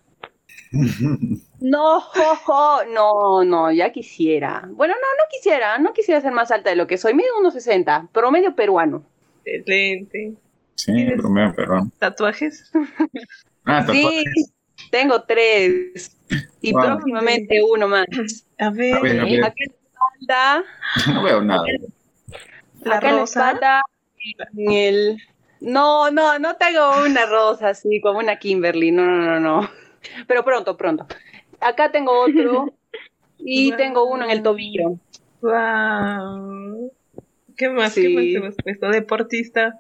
Speaker 3: No, jo, jo, no, no, ya quisiera. Bueno, no, no quisiera, no quisiera ser más alta de lo que soy. Mido 1,60, promedio peruano.
Speaker 2: Excelente.
Speaker 4: Sí, bromeo, perdón.
Speaker 2: ¿Tatuajes?
Speaker 4: Ah,
Speaker 3: Sí,
Speaker 4: tatuaje.
Speaker 3: tengo tres y
Speaker 4: Wow.
Speaker 3: próximamente uno más.
Speaker 2: A ver,
Speaker 4: A ver, a ver.
Speaker 3: Acá en la espalda,
Speaker 4: No veo nada.
Speaker 2: la
Speaker 3: acá en la
Speaker 2: rosa.
Speaker 3: espalda, en el... No, no, no tengo una rosa así como una Kimberly, no, no, no, no. Pero pronto, pronto. Acá tengo otro y
Speaker 2: Wow.
Speaker 3: tengo uno en el tobillo.
Speaker 2: Wow. ¿Qué más? ¿Qué
Speaker 3: Sí.
Speaker 2: más hemos puesto? Deportista.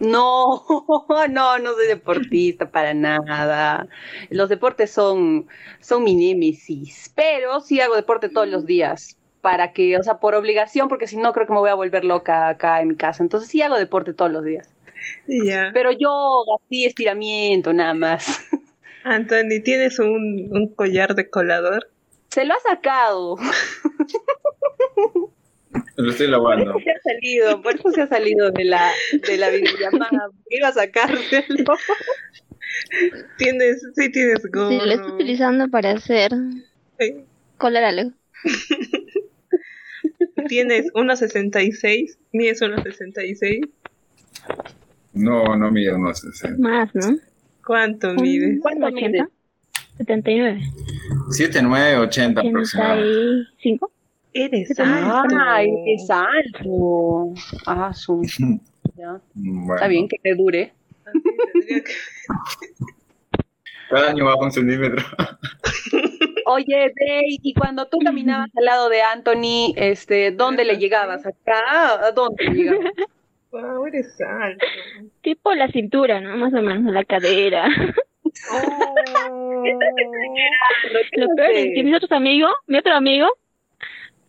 Speaker 3: No, no, no soy deportista para nada. Los deportes son, son mi némesis, pero sí hago deporte todos los días. Para que, o sea, por obligación, porque si no creo que me voy a volver loca acá en mi casa. Entonces sí hago deporte todos los días.
Speaker 2: Ya.
Speaker 3: Pero yo así estiramiento nada más.
Speaker 2: Anthony, ¿tienes un, un collar de colador?
Speaker 3: Se lo ha sacado,
Speaker 4: Lo estoy lavando.
Speaker 3: se ha salido, por eso se ha salido de la, de la videollamada, porque iba a sacárselo.
Speaker 2: ¿Tienes, sí tienes gorro?
Speaker 1: Sí, lo estoy utilizando para hacer
Speaker 2: Eh,
Speaker 1: colar algo.
Speaker 2: ¿Tienes 1,66? ¿Mides 1,66?
Speaker 4: No, no mido unos 60.
Speaker 5: Más, ¿no?
Speaker 2: ¿Cuánto mides?
Speaker 3: ¿Cuánto
Speaker 5: 80? 79.
Speaker 4: 7, 9, 80 aproximadamente.
Speaker 5: 85.
Speaker 2: Eres alto.
Speaker 3: Ay, qué salto. Ah, su. ya.
Speaker 4: Mm, Bueno,
Speaker 3: Está bien que te dure.
Speaker 2: Así tendría que-
Speaker 4: Cada año baja un centímetro.
Speaker 3: Oye, Dey, y cuando tú caminabas al lado de Anthony, este, ¿dónde le llegabas? ¿Acá? ¿A dónde le llegabas?
Speaker 2: Wow, eres alto.
Speaker 5: Tipo la cintura, ¿no? Más o menos, la cadera.
Speaker 2: Oh.
Speaker 5: Lo peor es que mi otro amigo, mi otro amigo,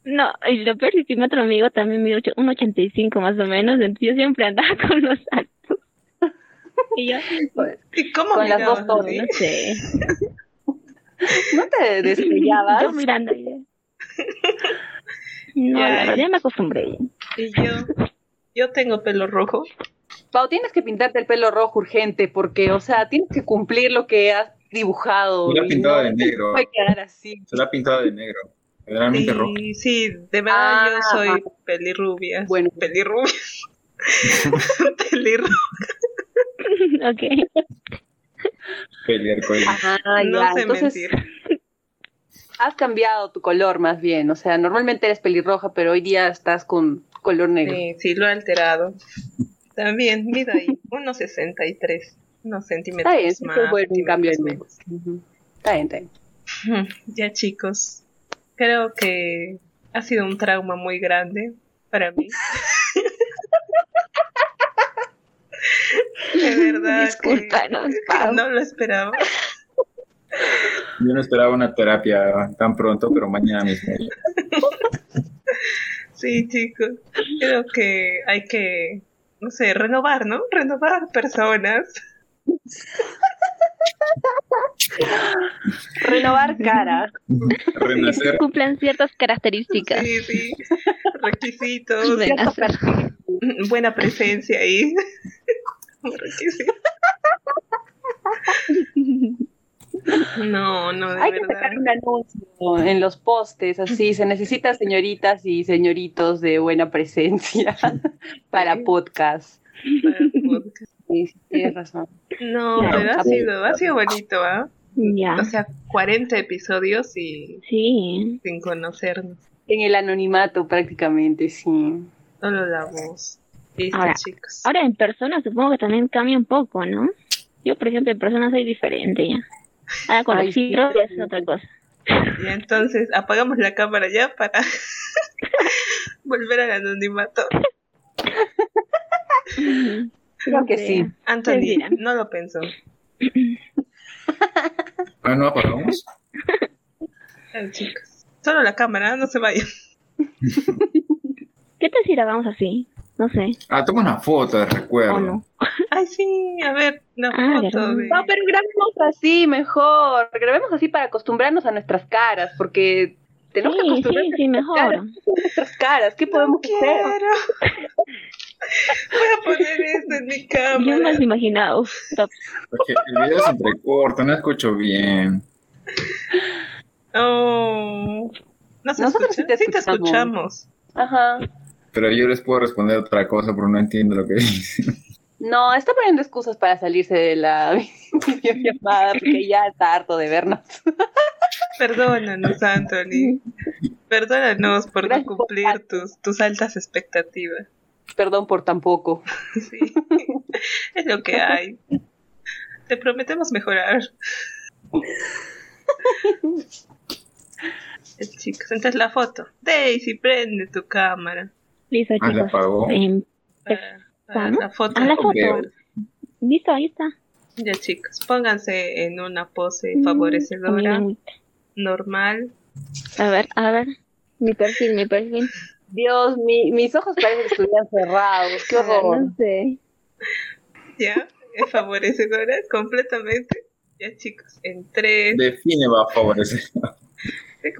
Speaker 5: no, y lo peor es que mi otro amigo también mide ocho- un 85 más o menos, entonces yo siempre andaba con los altos. Y yo,
Speaker 3: pues,
Speaker 2: ¿Y cómo
Speaker 3: Con las dos
Speaker 2: mirabas
Speaker 3: torres,
Speaker 2: así?
Speaker 5: no sé,
Speaker 3: ¿No te
Speaker 5: yo
Speaker 3: destellabas?
Speaker 5: mirando ya. No,
Speaker 2: Ya.
Speaker 5: la verdad, ya me acostumbré.
Speaker 2: Y yo, yo tengo pelo rojo.
Speaker 3: Pau, tienes que pintarte el pelo rojo urgente, porque, o sea, tienes que cumplir lo que has dibujado.
Speaker 4: Se lo ha
Speaker 3: y
Speaker 4: pintado
Speaker 3: no
Speaker 4: de negro.
Speaker 3: puede quedar así.
Speaker 4: Se lo ha pintado de negro. Generalmente rojo.
Speaker 2: Y sí, de verdad
Speaker 3: Ah,
Speaker 2: yo soy
Speaker 3: ajá.
Speaker 2: pelirrubia.
Speaker 3: Bueno.
Speaker 2: pelirrubia. pelirrubia.
Speaker 5: ok.
Speaker 4: Pelear con él.
Speaker 3: Ah,
Speaker 2: no
Speaker 3: ya.
Speaker 2: sé
Speaker 3: Entonces,
Speaker 2: mentir.
Speaker 3: has cambiado tu color más bien. O sea, normalmente eres pelirroja, pero hoy día estás con color negro.
Speaker 2: Sí, sí, lo he alterado. También, mira ahí, 1,63. Unos centímetros
Speaker 3: Está bien, sí que
Speaker 2: más.
Speaker 3: es bueno un cambio de
Speaker 2: centímetros
Speaker 3: Ujú. Está bien, está bien.
Speaker 2: menos. Ya, chicos. Creo que ha sido un trauma muy grande para mí. de verdad. que-
Speaker 1: Discúlpanos, Pau.
Speaker 2: No lo esperaba.
Speaker 4: Yo no esperaba una terapia tan pronto, pero mañana mismo.
Speaker 2: Sí, chicos. Creo que hay que, no sé, renovar, ¿no? Renovar personas.
Speaker 3: Renovar cara.
Speaker 4: Renacer.
Speaker 1: Cumplan ciertas características.
Speaker 2: Sí, sí. Requisitos.
Speaker 1: de nacer.
Speaker 2: Buena presencia ahí. Requisitos. No, no, de
Speaker 3: Hay que
Speaker 2: verdad.
Speaker 3: sacar un anuncio en los postes, así. Se necesitan señoritas y señoritos de buena presencia para podcast.
Speaker 2: para el podcast.
Speaker 3: Sí, sí, tienes razón.
Speaker 2: No,
Speaker 5: Claro.
Speaker 2: pero ha sido, ha sido bonito, ¿ah?
Speaker 5: Ya,
Speaker 2: O sea, 40 episodios y
Speaker 5: sí.
Speaker 2: sin conocernos.
Speaker 3: En el anonimato, prácticamente, sí.
Speaker 2: Solo la voz. Listo,
Speaker 5: Ahora,
Speaker 2: chicos.
Speaker 5: Ahora en persona supongo que también cambia un poco, ¿no? Yo, por ejemplo, en persona soy diferente ya. Ahora con
Speaker 3: Ay,
Speaker 5: los
Speaker 3: sí.
Speaker 5: filtros ya es otra cosa.
Speaker 2: Y entonces apagamos la cámara ya para volver al anonimato.
Speaker 3: Creo que sí.
Speaker 2: Anthony,
Speaker 5: Mentira.
Speaker 2: no lo pensó.
Speaker 4: Ah, no apagamos.
Speaker 2: Ay, chicos. Solo la cámara, no se vayan.
Speaker 5: ¿Qué tal si grabamos así? No sé,
Speaker 4: Ah, toma una foto de
Speaker 5: o
Speaker 1: Oh,
Speaker 4: recuerdo.
Speaker 5: no.
Speaker 2: Ay, sí, a ver, la
Speaker 5: Ah,
Speaker 2: foto
Speaker 5: ¿verdad?
Speaker 2: de...
Speaker 3: No, pero grabemos así mejor. Grabemos así para acostumbrarnos a nuestras caras, porque tenemos que
Speaker 5: Sí, sí,
Speaker 3: acostumbrarnos
Speaker 5: sí,
Speaker 3: caras.
Speaker 5: mejor.
Speaker 3: a nuestras caras. ¿Qué podemos
Speaker 2: No
Speaker 3: hacer?
Speaker 2: quiero. Voy a poner esto en mi
Speaker 5: Yo
Speaker 2: cámara.
Speaker 5: más imaginado. Uf, top.
Speaker 4: Porque el video se entrecorta, no escucho bien.
Speaker 2: Oh. ¿No se
Speaker 3: Nosotros
Speaker 2: escucha?
Speaker 3: sí te
Speaker 2: Sí te
Speaker 3: escuchamos.
Speaker 2: escuchamos.
Speaker 3: Ajá.
Speaker 4: Pero yo les puedo responder otra cosa porque no entiendo lo que dicen.
Speaker 3: No, está poniendo excusas para salirse de la videollamada porque ya está harto de vernos.
Speaker 2: Perdónanos, Anthony. Perdónanos por no
Speaker 3: Gracias por
Speaker 2: cumplir tus, tus altas expectativas.
Speaker 3: Perdón por tampoco.
Speaker 2: Sí. Es lo que hay. Te prometemos mejorar. Eh, Chicos, entonces la foto. Daisy, prende tu cámara.
Speaker 5: Listo,
Speaker 4: Ah, la
Speaker 5: chicos.
Speaker 4: apagó.
Speaker 5: Em,
Speaker 2: Para- para
Speaker 5: ¿no?
Speaker 2: la foto.
Speaker 5: Ah, la
Speaker 4: Veo.
Speaker 5: foto. Listo, ahí está.
Speaker 2: Ya chicos, pónganse en una pose
Speaker 5: Mm,
Speaker 2: favorecedora,
Speaker 5: también
Speaker 2: normal.
Speaker 5: hay- A ver, a ver. Mi perfil, mi perfil.
Speaker 3: Dios, mi- mis ojos parecen que estuvieran cerrados. Qué horror.
Speaker 5: No sé.
Speaker 2: ¿Ya? eh, Favorecedora completamente. Ya chicos, en tres.
Speaker 4: Define va a favorecer.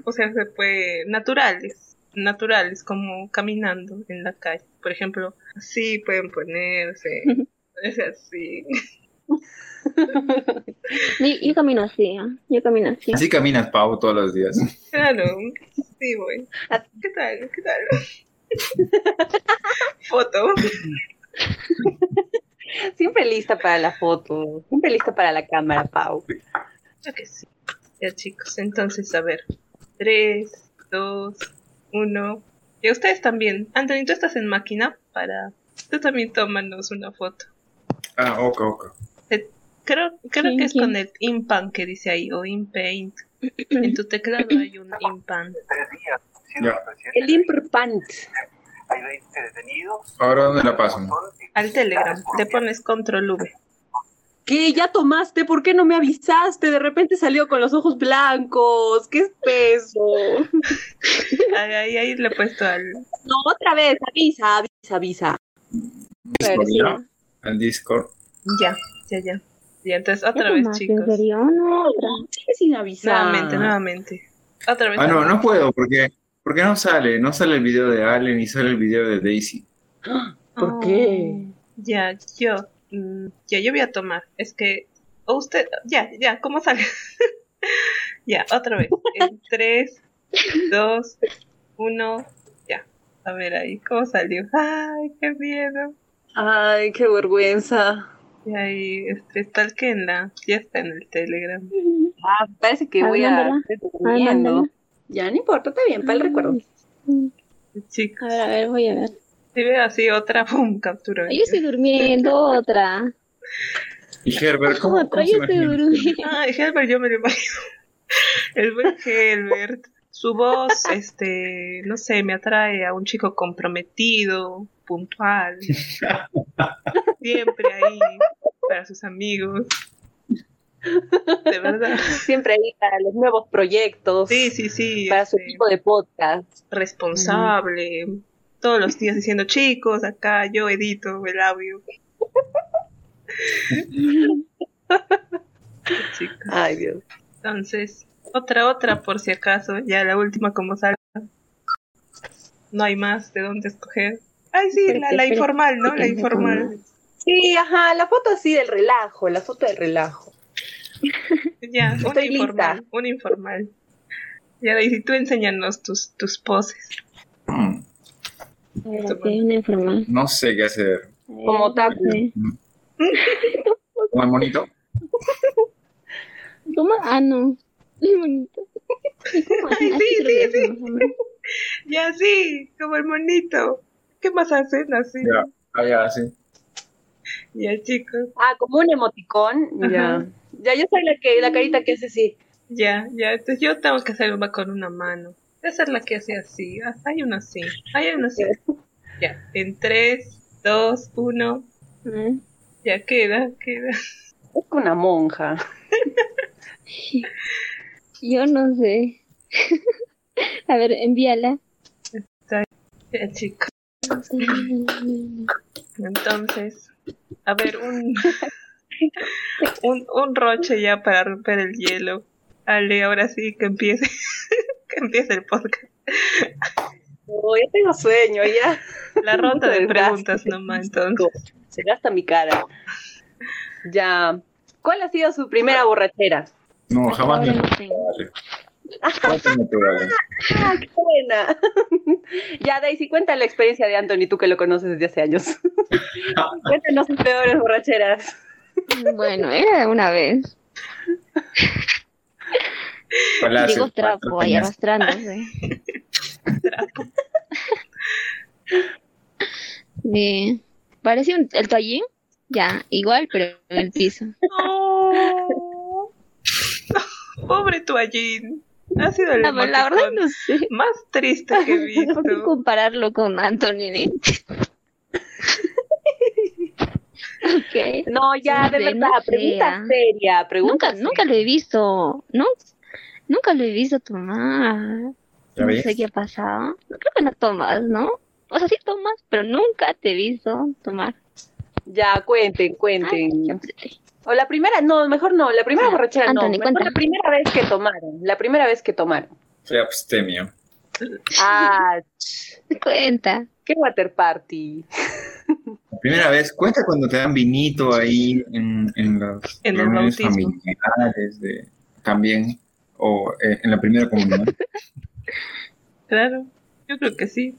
Speaker 2: O sea, se puede. Naturales. Naturales, como caminando en la calle. Por ejemplo, así pueden ponerse. Es así.
Speaker 5: Yo, yo camino así, ¿ah? yo camino así.
Speaker 4: Así caminas, Pau, todos los días.
Speaker 2: Claro, sí, voy. ¿Qué tal? ¿Qué tal? Foto.
Speaker 3: Siempre lista para la foto. Siempre lista para la cámara, Pau.
Speaker 2: Ya que sí. Ya chicos, entonces a ver. 3, 2, 1. Y ustedes también. Anthony, tú estás en máquina para... Tú también tómanos una foto.
Speaker 4: Ah, ok, ok.
Speaker 2: Creo, creo
Speaker 5: Sí,
Speaker 2: que es
Speaker 5: sí.
Speaker 2: con el InPan que dice ahí, o InPaint. En tu teclado hay un InPan.
Speaker 4: Ya.
Speaker 3: El imperpant.
Speaker 4: Ahora, ¿dónde la paso?
Speaker 2: Al Telegram, le pones control V.
Speaker 3: ¿Qué? ¿Ya tomaste? ¿Por qué no me avisaste? De repente salió con los ojos blancos. ¡Qué espeso!
Speaker 2: Ahí, ahí, ahí le he puesto al...
Speaker 3: No, otra vez. Avisa, avisa, avisa.
Speaker 4: Discord, ¿ya? Al Discord.
Speaker 2: Ya, ya, ya. Y entonces
Speaker 5: ¿Ya
Speaker 2: otra vez,
Speaker 5: tomaste? ¿En
Speaker 2: chicos.
Speaker 5: serio? No, otra.
Speaker 3: Sigue sin avisar.
Speaker 2: Nuevamente, nuevamente. Otra vez.
Speaker 4: Ah, no, no puedo porque, porque no sale. No sale el video de Allen ni sale el video de Daisy.
Speaker 3: ¿Por qué?
Speaker 2: Oh, Ya, yo, mm, ya, yo voy a tomar. Es que, o usted, ya, ya, ¿cómo sale? ya, otra vez. En 3, 2, 1, ya. A ver ahí, ¿cómo salió? Ay, qué miedo.
Speaker 3: Ay, qué vergüenza.
Speaker 2: Y ahí, este, la ya está en el Telegram.
Speaker 3: Ah, parece que
Speaker 5: Ah,
Speaker 3: voy a...
Speaker 5: mándala. Ah, mándala.
Speaker 3: Ya, no importa, está bien, para el
Speaker 5: A
Speaker 3: recuerdo.
Speaker 2: Chicos,
Speaker 5: ver, a ver, voy a ver.
Speaker 2: si veo así otra, pum, captura.
Speaker 5: Ay, Yo estoy durmiendo, otra.
Speaker 4: Y Herbert,
Speaker 1: Ah,
Speaker 4: ¿cómo,
Speaker 5: Otra,
Speaker 4: cómo
Speaker 5: yo
Speaker 4: se
Speaker 5: estoy
Speaker 4: imagina?
Speaker 5: durmiendo.
Speaker 2: Ay, Helbert, yo me lo imagino. El buen Helbert. Su voz, este, no sé, me atrae a un chico comprometido, puntual. Siempre ahí para sus amigos. De verdad.
Speaker 3: Siempre ahí para los nuevos proyectos,
Speaker 2: Sí, sí, sí.
Speaker 3: para su
Speaker 2: este,
Speaker 3: tipo de podcast.
Speaker 2: responsable. Todos los días diciendo, chicos, acá yo edito el audio. Chicos.
Speaker 3: Ay, Dios.
Speaker 2: Entonces, otra, otra por si acaso, ya la última como salga. No hay más de dónde escoger. Ay, sí, la, la informal, ¿no? La informal.
Speaker 3: Sí, ajá, la foto así del relajo, la foto del relajo.
Speaker 2: Ya, una
Speaker 3: Estoy lista.
Speaker 2: informal, una informal. Ya, Daisy, tú enséñanos tus, tus poses.
Speaker 4: Mm,
Speaker 5: A ver, aquí hay una informal.
Speaker 4: No sé qué hacer.
Speaker 5: A ver,
Speaker 2: Oh.
Speaker 3: Como otaku.
Speaker 5: no sé.
Speaker 4: ¿Como el monito?
Speaker 5: ¿Cómo? Ah, no. Qué bonito. ¿Cómo?
Speaker 2: Ay,
Speaker 5: Así
Speaker 2: sí,
Speaker 5: creo que es,
Speaker 2: sí, sí.
Speaker 5: más o menos.
Speaker 2: Ya, sí, como el monito. ¿Qué más hacen así?
Speaker 4: Ya, ah, ya, sí.
Speaker 2: Ya, chicos.
Speaker 3: Ah, como un emoticón.
Speaker 2: Ajá.
Speaker 3: Ya. Ya yo soy la que, la carita que hace así.
Speaker 2: Ya, ya. Entonces yo tengo que hacer una con una mano. Esa es la que hace así. Ah, Hay una así. Hay una así. Ya. En 3, 2, 1.
Speaker 5: Mm.
Speaker 2: Ya queda, queda.
Speaker 3: Es una monja.
Speaker 1: Yo no sé. A ver, envíala.
Speaker 2: Ya, chicos. Entonces, a ver, un, un, un roche ya para romper el hielo. Ale, ahora sí que empiece, que empiece el podcast.
Speaker 3: Oh, ya tengo sueño, ya.
Speaker 2: La ronda de
Speaker 3: Muchas
Speaker 2: preguntas
Speaker 3: gracias.
Speaker 2: nomás, entonces.
Speaker 3: Se gasta mi cara. Ya. ¿Cuál ha sido su primera borrachera?
Speaker 4: No, jamás
Speaker 1: Ahora
Speaker 4: me
Speaker 1: no tengo.
Speaker 4: vale. Jamás me vale.
Speaker 3: ¡Ah, qué buena! ya, Daisy, cuenta la experiencia de Anthony, tú que lo conoces desde hace años. Cuéntanos sus peores borracheras.
Speaker 1: Bueno, era una vez.
Speaker 4: Palacio,
Speaker 1: Digo trapo
Speaker 4: cuatro
Speaker 1: ahí
Speaker 4: tenías-
Speaker 1: arrastrándose. Eh, parece un, el toallín. Ya, igual, pero en el piso.
Speaker 2: No. Pobre toallín. Ha sido el
Speaker 1: No, pero la verdad
Speaker 2: emoticón
Speaker 1: no sé.
Speaker 2: más triste que he
Speaker 1: ¿Por qué
Speaker 2: visto.
Speaker 1: compararlo con Anthony? ni? ok.
Speaker 3: No, ya, de
Speaker 1: Sí,
Speaker 3: verdad,
Speaker 1: no sé,
Speaker 3: pregunta
Speaker 1: ah.
Speaker 3: seria, pregunta
Speaker 1: Nunca, nunca lo he visto. ¿no? Nunca lo he visto tomar.
Speaker 4: ¿Ya
Speaker 1: No
Speaker 4: ves?
Speaker 1: sé qué ha pasado. Creo que no tomas, ¿no? O sea, sí tomas, pero nunca te he visto tomar.
Speaker 3: Ya, cuenten,
Speaker 1: Ay,
Speaker 3: cuenten. O la primera, no, mejor no, la primera
Speaker 1: Ya,
Speaker 3: borrachera no.
Speaker 1: Ah, Anthony,
Speaker 3: mejor
Speaker 1: cuenta.
Speaker 3: la primera vez que tomaron, la primera vez que tomaron.
Speaker 4: Soy abstemio.
Speaker 3: Ah, ch,
Speaker 1: Cuenta.
Speaker 3: qué water party.
Speaker 4: La primera vez, cuenta cuando te dan vinito ahí en, en las
Speaker 2: En el
Speaker 4: reuniones
Speaker 2: bautismo.
Speaker 4: familiares de, también, o eh, en la primera comunión.
Speaker 2: Claro, yo creo que sí.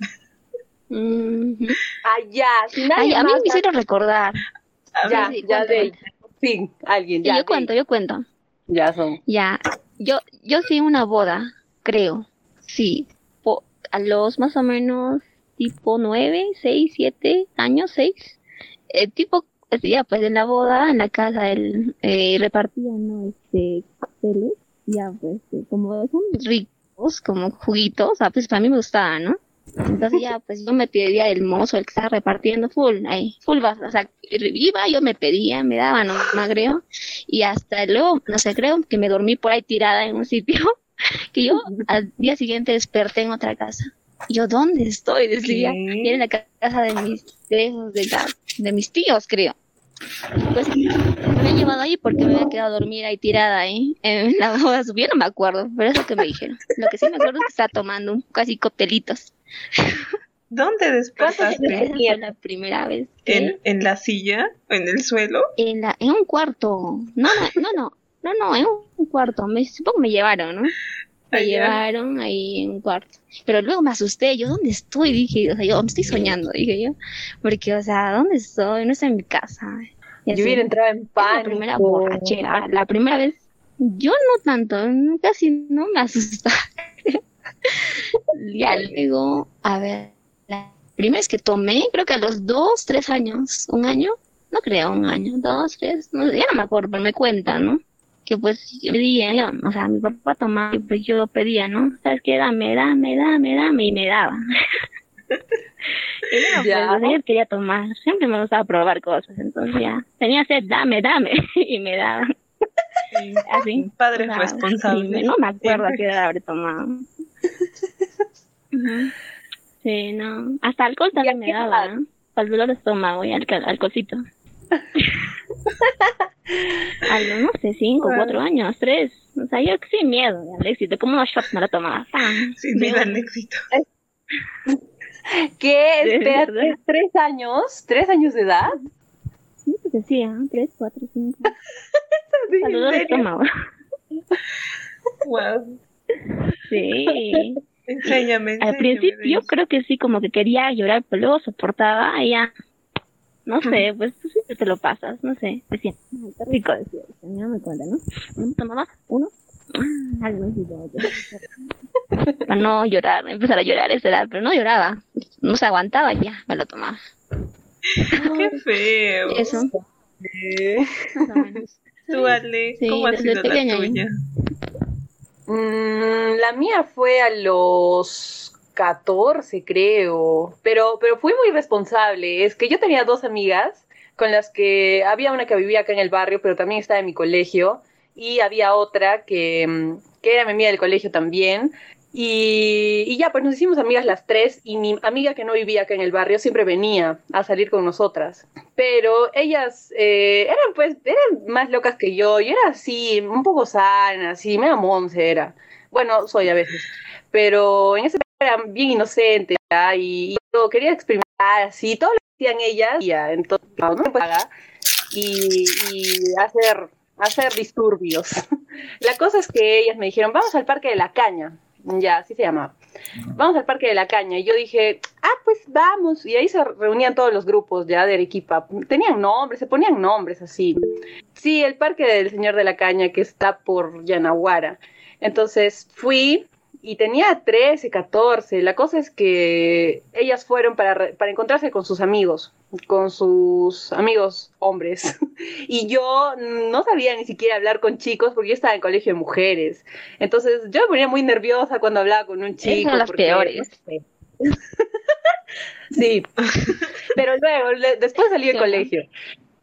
Speaker 1: Ujú.
Speaker 3: Ah, ya, si
Speaker 1: Ay,
Speaker 3: nadie
Speaker 1: a mí
Speaker 3: más-
Speaker 1: me hicieron recordar.
Speaker 2: A
Speaker 3: Ya,
Speaker 2: ver,
Speaker 1: Sí, cuenta,
Speaker 3: ya, de
Speaker 1: cuenta.
Speaker 3: Sí, alguien,
Speaker 1: Sí,
Speaker 3: ya.
Speaker 1: yo cuento,
Speaker 3: de-
Speaker 1: yo cuento.
Speaker 3: Ya son.
Speaker 1: Ya, yo, yo fui a una boda, creo. Sí, po- a los más o menos tipo nueve, seis, siete años, seis. Eh, tipo, este, ya pues en la boda, en la casa del, eh, repartían, ¿no? Este, cócteles, ya pues, eh, como son ricos, como juguitos, ah, pues para mí me gustaba, ¿no? Entonces ya, pues yo me pedía el mozo, el que estaba repartiendo full, ahí, full, vas- o sea, iba, yo me pedía, me daban un magreo y hasta luego, no sé, creo que me dormí por ahí tirada en un sitio que yo al día siguiente desperté en otra casa. Y Yo, ¿dónde estoy? Decía,
Speaker 2: ¿Qué?
Speaker 1: y era en la ca- casa de mis, de, esos de, la- de mis tíos, creo. Pues me habían llevado ahí porque me había quedado a dormir ahí tirada ahí en la boda. Yo no me acuerdo, pero eso que me dijeron. Lo que sí me acuerdo es que estaba tomando un- casi copelitos.
Speaker 2: ¿Dónde
Speaker 1: Esa
Speaker 2: despertaste?
Speaker 1: fue la primera vez que
Speaker 2: Ah, pues, ¿En, ¿En la silla? ¿En el suelo?
Speaker 1: en, la, en un cuarto. No, no, no, no, no, no, en un cuarto. Me, supongo que me llevaron, ¿no? Me
Speaker 2: Allá.
Speaker 1: llevaron ahí en un cuarto. Pero luego me asusté. Yo, ¿dónde estoy? Dije, o sea, yo me estoy soñando, dije yo. Porque, o sea, ¿dónde estoy? No estoy en mi casa. Y así.
Speaker 3: Yo hubiera entrado en
Speaker 1: Fue
Speaker 3: pánico.
Speaker 1: la primera borrachera. Ahora, La primera vez, yo no tanto, no- casi no me asustaba. ya luego, a ver, la primera vez que tomé, creo que a los dos, tres años, un año, no creo, un año, dos, tres, no, sé, ya no me acuerdo, pero me cuentan, ¿no? Que pues yo pedía, ya, o sea, mi papá tomaba, y pues yo pedía, ¿no? ¿Sabes qué? Dame, dame, dame, dame, y me daba. Y no,
Speaker 3: Ya.
Speaker 5: pues,
Speaker 1: pues, yo quería tomar, siempre me gustaba probar cosas, entonces ya tenía sed, dame, dame, y me daban.
Speaker 2: Sí.
Speaker 1: Así.
Speaker 2: Padres
Speaker 1: Wow,
Speaker 2: responsables.
Speaker 1: sí, no me acuerdo a qué edad habré tomado. Ujú. Sí, no. Hasta alcohol también
Speaker 3: a
Speaker 1: me
Speaker 3: qué
Speaker 1: daba,
Speaker 3: edad?
Speaker 1: ¿no? Para el dolor de estómago y alca- alcoholcito. A los, no sé, cinco,
Speaker 2: Wow.
Speaker 1: cuatro años, tres. O sea, yo sin miedo al éxito. Como unos shots me lo tomaba. ¡Pam!
Speaker 2: Sin miedo al éxito.
Speaker 3: ¿Qué?
Speaker 1: De
Speaker 3: Espérate,
Speaker 1: verdad.
Speaker 3: ¿tres años? ¿Tres años de edad?
Speaker 1: Sí, pues decía, ¿no? tres, cuatro, cinco.
Speaker 3: Sí,
Speaker 1: Para el
Speaker 3: ¿en
Speaker 1: dolor de
Speaker 3: serio?
Speaker 1: estómago.
Speaker 2: Wow.
Speaker 1: Sí.
Speaker 2: Enséñame, enséñame.
Speaker 1: Al principio yo
Speaker 2: Denise.
Speaker 5: creo que sí, como que quería llorar, pero luego soportaba, ay, ya. No sé, pues tú siempre te lo pasas, no sé. Decía, "Ay, qué rico, decía, no me cuenta, ¿no? Uno Tomaba uno, ah, algo así, como que- para no llorar, empezar a llorar a esa edad, pero no lloraba, no se aguantaba y ya, me lo tomaba.
Speaker 2: Qué feo.
Speaker 1: Eso,
Speaker 3: Sí.
Speaker 1: más o menos.
Speaker 2: Tú, Ale,
Speaker 1: Sí,
Speaker 2: ¿cómo ha
Speaker 1: desde
Speaker 2: sido la
Speaker 1: pequeña, ¿eh?
Speaker 2: tuya?
Speaker 3: Mm, la mía fue a los 14, creo. Pero, pero fui muy responsable. Es que yo tenía dos amigas con las que había una que vivía acá en el barrio, pero también estaba en mi colegio. Y había otra que, mm, que era mi amiga del colegio también. Y, y ya, pues nos hicimos amigas las tres y mi amiga que no vivía acá en el barrio siempre venía a salir con nosotras. Pero ellas eh, eran pues, eran más locas que yo. Yo era así, un poco sana, así, me monce era. Bueno, soy a veces. Pero en ese tiempo era bien inocente ¿ya? y, y yo quería experimentar así, todo lo que hacían ellas. y ya, entonces, no me paga y, y hacer, hacer disturbios. La cosa es que ellas me dijeron, vamos al Parque de la Caña. Ya, así se llamaba. Vamos al Parque de la Caña. Y yo dije, ah, pues vamos. Y ahí se reunían todos los grupos ya de Arequipa. Tenían nombres, se ponían nombres así. Sí, el Parque del Señor de la Caña que está por Yanaguara. Entonces fui y tenía 13, 14. La cosa es que ellas fueron para, re- para encontrarse con sus amigos, con sus amigos hombres. Y yo no sabía ni siquiera hablar con chicos porque yo estaba en colegio de mujeres. Entonces yo me ponía muy nerviosa cuando hablaba con un chico.
Speaker 1: son las
Speaker 3: porque,
Speaker 1: peores.
Speaker 3: no sé. sí, pero luego, le- después salí del
Speaker 1: Sí.
Speaker 3: colegio.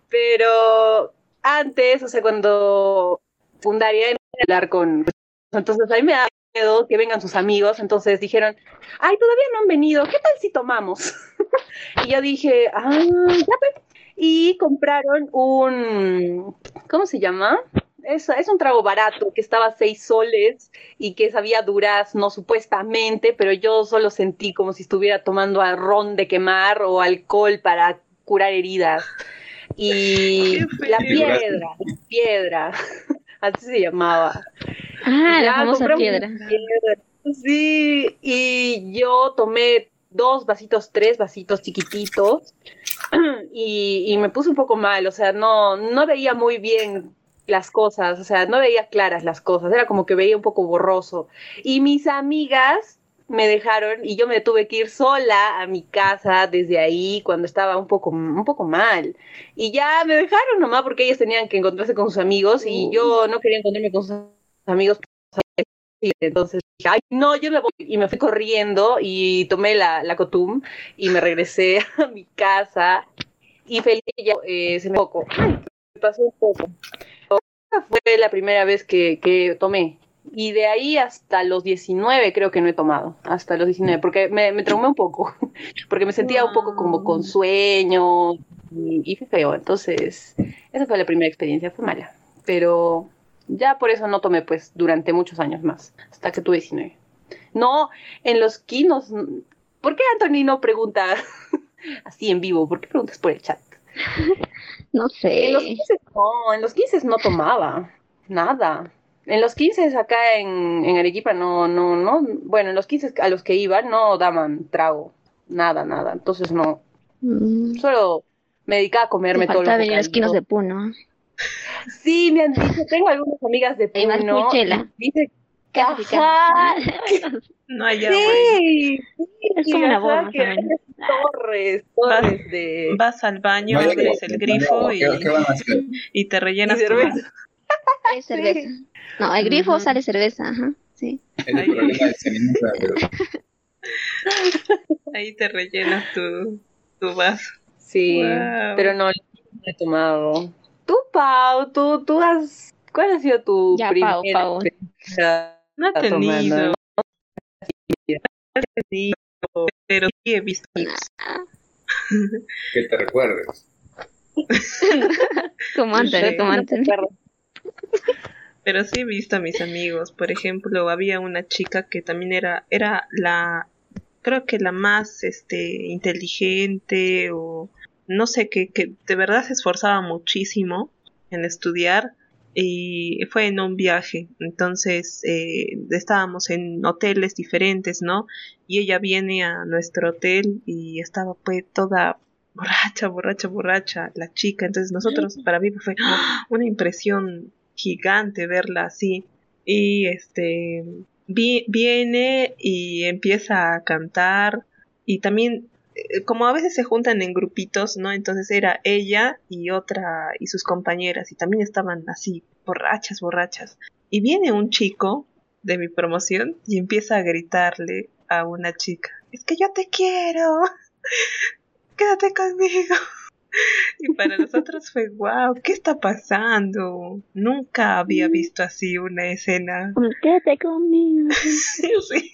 Speaker 3: Pero antes, o sea, cuando fundaría hablar con... Entonces a mí me da miedo que vengan sus amigos, entonces dijeron, ay, todavía no han venido, ¿qué tal si tomamos? y yo dije, ah, ya pues. Y compraron un, ¿cómo se llama? Es, es un trago barato que estaba a seis soles y que sabía durazno supuestamente, pero yo solo sentí como si estuviera tomando a ron de quemar o alcohol para curar heridas. Y
Speaker 2: Qué
Speaker 3: la
Speaker 2: feo.
Speaker 3: piedra, piedra, así se llamaba.
Speaker 1: Ah, la
Speaker 3: Ya,
Speaker 1: famosa
Speaker 3: compramos
Speaker 1: piedra.
Speaker 3: una piedra. Sí, y yo tomé dos vasitos, tres vasitos chiquititos y, y me puse un poco mal, o sea, no, no veía muy bien las cosas, o sea, no veía claras las cosas, era como que veía un poco borroso. Y mis amigas me dejaron y yo me tuve que ir sola a mi casa desde ahí cuando estaba un poco, un poco mal. Y ya me dejaron nomás porque ellas tenían que encontrarse con sus amigos y yo no quería encontrarme con sus amigos. Y entonces dije, ay, no, yo me voy. Y me fui corriendo y tomé la, la Cotum y me regresé a mi casa. Y feliz ya eh, se me poco. Ay, me pasó un poco. Esa fue la primera vez que, que tomé. Y de ahí hasta los 19 creo que no he tomado. Hasta los 19, porque me, me traumé un poco. Porque me sentía un poco como con sueño y, y fue feo. Entonces, esa fue la primera experiencia. Fue mala. Pero ya por eso no tomé, pues, durante muchos años más, hasta que tuve 19. No, en los quinos. ¿Por qué Anthony no pregunta así en vivo? ¿Por qué preguntas por el chat?
Speaker 1: No
Speaker 3: En
Speaker 5: Eh.
Speaker 1: sé.
Speaker 3: los 15 no, en los 15 no tomaba nada. En los 15 acá en, en Arequipa no, no, no. Bueno, en los 15 a los que iba no daban trago, nada, nada. Entonces no,
Speaker 1: Mm,
Speaker 3: solo me dedicaba a
Speaker 1: me
Speaker 3: comerme todo
Speaker 1: falta
Speaker 3: lo
Speaker 1: venir a esquinas de Puno.
Speaker 3: Sí, me han dicho, tengo algunas amigas de
Speaker 1: Hay más
Speaker 3: Puno.
Speaker 1: Michela.
Speaker 3: Dice que
Speaker 1: Casi, casi.
Speaker 3: Ah,
Speaker 2: No hay agua. ahí.
Speaker 3: Sí,
Speaker 5: Es como una
Speaker 3: una
Speaker 5: boda, más o menos.
Speaker 3: Torres, Torres de...
Speaker 2: Vas al baño,
Speaker 4: Vaya
Speaker 2: abres
Speaker 4: que-
Speaker 2: el grifo
Speaker 4: vaya,
Speaker 2: y,
Speaker 4: ¿qué- qué van a hacer?
Speaker 2: y te rellenas
Speaker 3: Y
Speaker 2: tu
Speaker 3: cerveza.
Speaker 2: vaso.
Speaker 1: Hay cerveza. No, el grifo
Speaker 3: Ujú.
Speaker 1: sale cerveza, ajá. Sí.
Speaker 4: El
Speaker 2: Ay.
Speaker 4: problema del cemento, pero-
Speaker 2: Ahí te rellenas tu, tu vaso.
Speaker 3: Sí,
Speaker 2: Wow.
Speaker 3: pero no, no he tomado. Tú, Pau, tú, tú has... ¿Cuál ha sido tu
Speaker 1: Ya,
Speaker 3: primera
Speaker 1: Pau, Pau.
Speaker 3: experiencia?
Speaker 2: No he
Speaker 3: Está tomando.
Speaker 1: ¿eh?
Speaker 2: tenido. No he tenido, pero sí he visto.
Speaker 4: que te recuerdes.
Speaker 1: Como Anthony,
Speaker 2: Sí.
Speaker 1: como Anthony.
Speaker 2: Pero sí he visto a mis amigos. Por ejemplo, había una chica que también era, era la, creo que la más este, inteligente o no sé, que, que de verdad se esforzaba muchísimo en estudiar y fue en un viaje. Entonces eh, estábamos en hoteles diferentes, ¿no? Y ella viene a nuestro hotel y estaba pues toda borracha, borracha, borracha, la chica. Entonces nosotros, para mí fue ¡ah! una impresión gigante verla así. Y este vi- viene y empieza a cantar y también eh, como a veces se juntan en grupitos, ¿no? Entonces era ella y otra y sus compañeras y también estaban así, borrachas, borrachas. Y viene un chico de mi promoción y empieza a gritarle a una chica, es que yo te quiero, quédate conmigo. Y para nosotros fue, wow, ¿qué está pasando? Nunca había visto así una escena.
Speaker 1: Quédate conmigo.
Speaker 2: sí.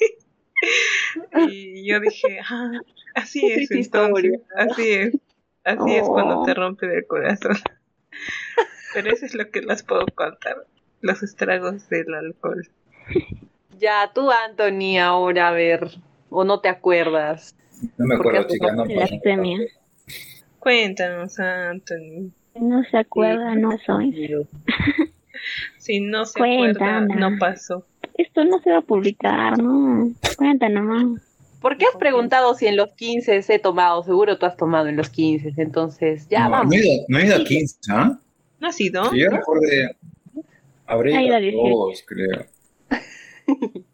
Speaker 2: Y yo dije, ah, así es, entonces, así es, así oh. es cuando te rompe el corazón. Pero eso es lo que les puedo contar, los estragos del alcohol.
Speaker 3: Ya, tú, Anthony, ahora a ver, o no te acuerdas.
Speaker 4: No me acuerdo, chica, no
Speaker 1: Blasfemia.
Speaker 2: Cuéntanos, Anthony.
Speaker 1: No se acuerda, sí. no soy.
Speaker 2: Si no se Cuéntana. acuerda, no pasó.
Speaker 1: Esto no se va a publicar, no. Cuéntanos. No.
Speaker 3: ¿Por qué has preguntado si en los 15 he tomado? Seguro tú has tomado en los 15, entonces ya
Speaker 4: no,
Speaker 3: vamos.
Speaker 4: No he, ido, no he ido a 15, ¿ah? ¿eh?
Speaker 2: ¿No has ido?
Speaker 4: Sí, yo recuerde, habré ido a todos, creo.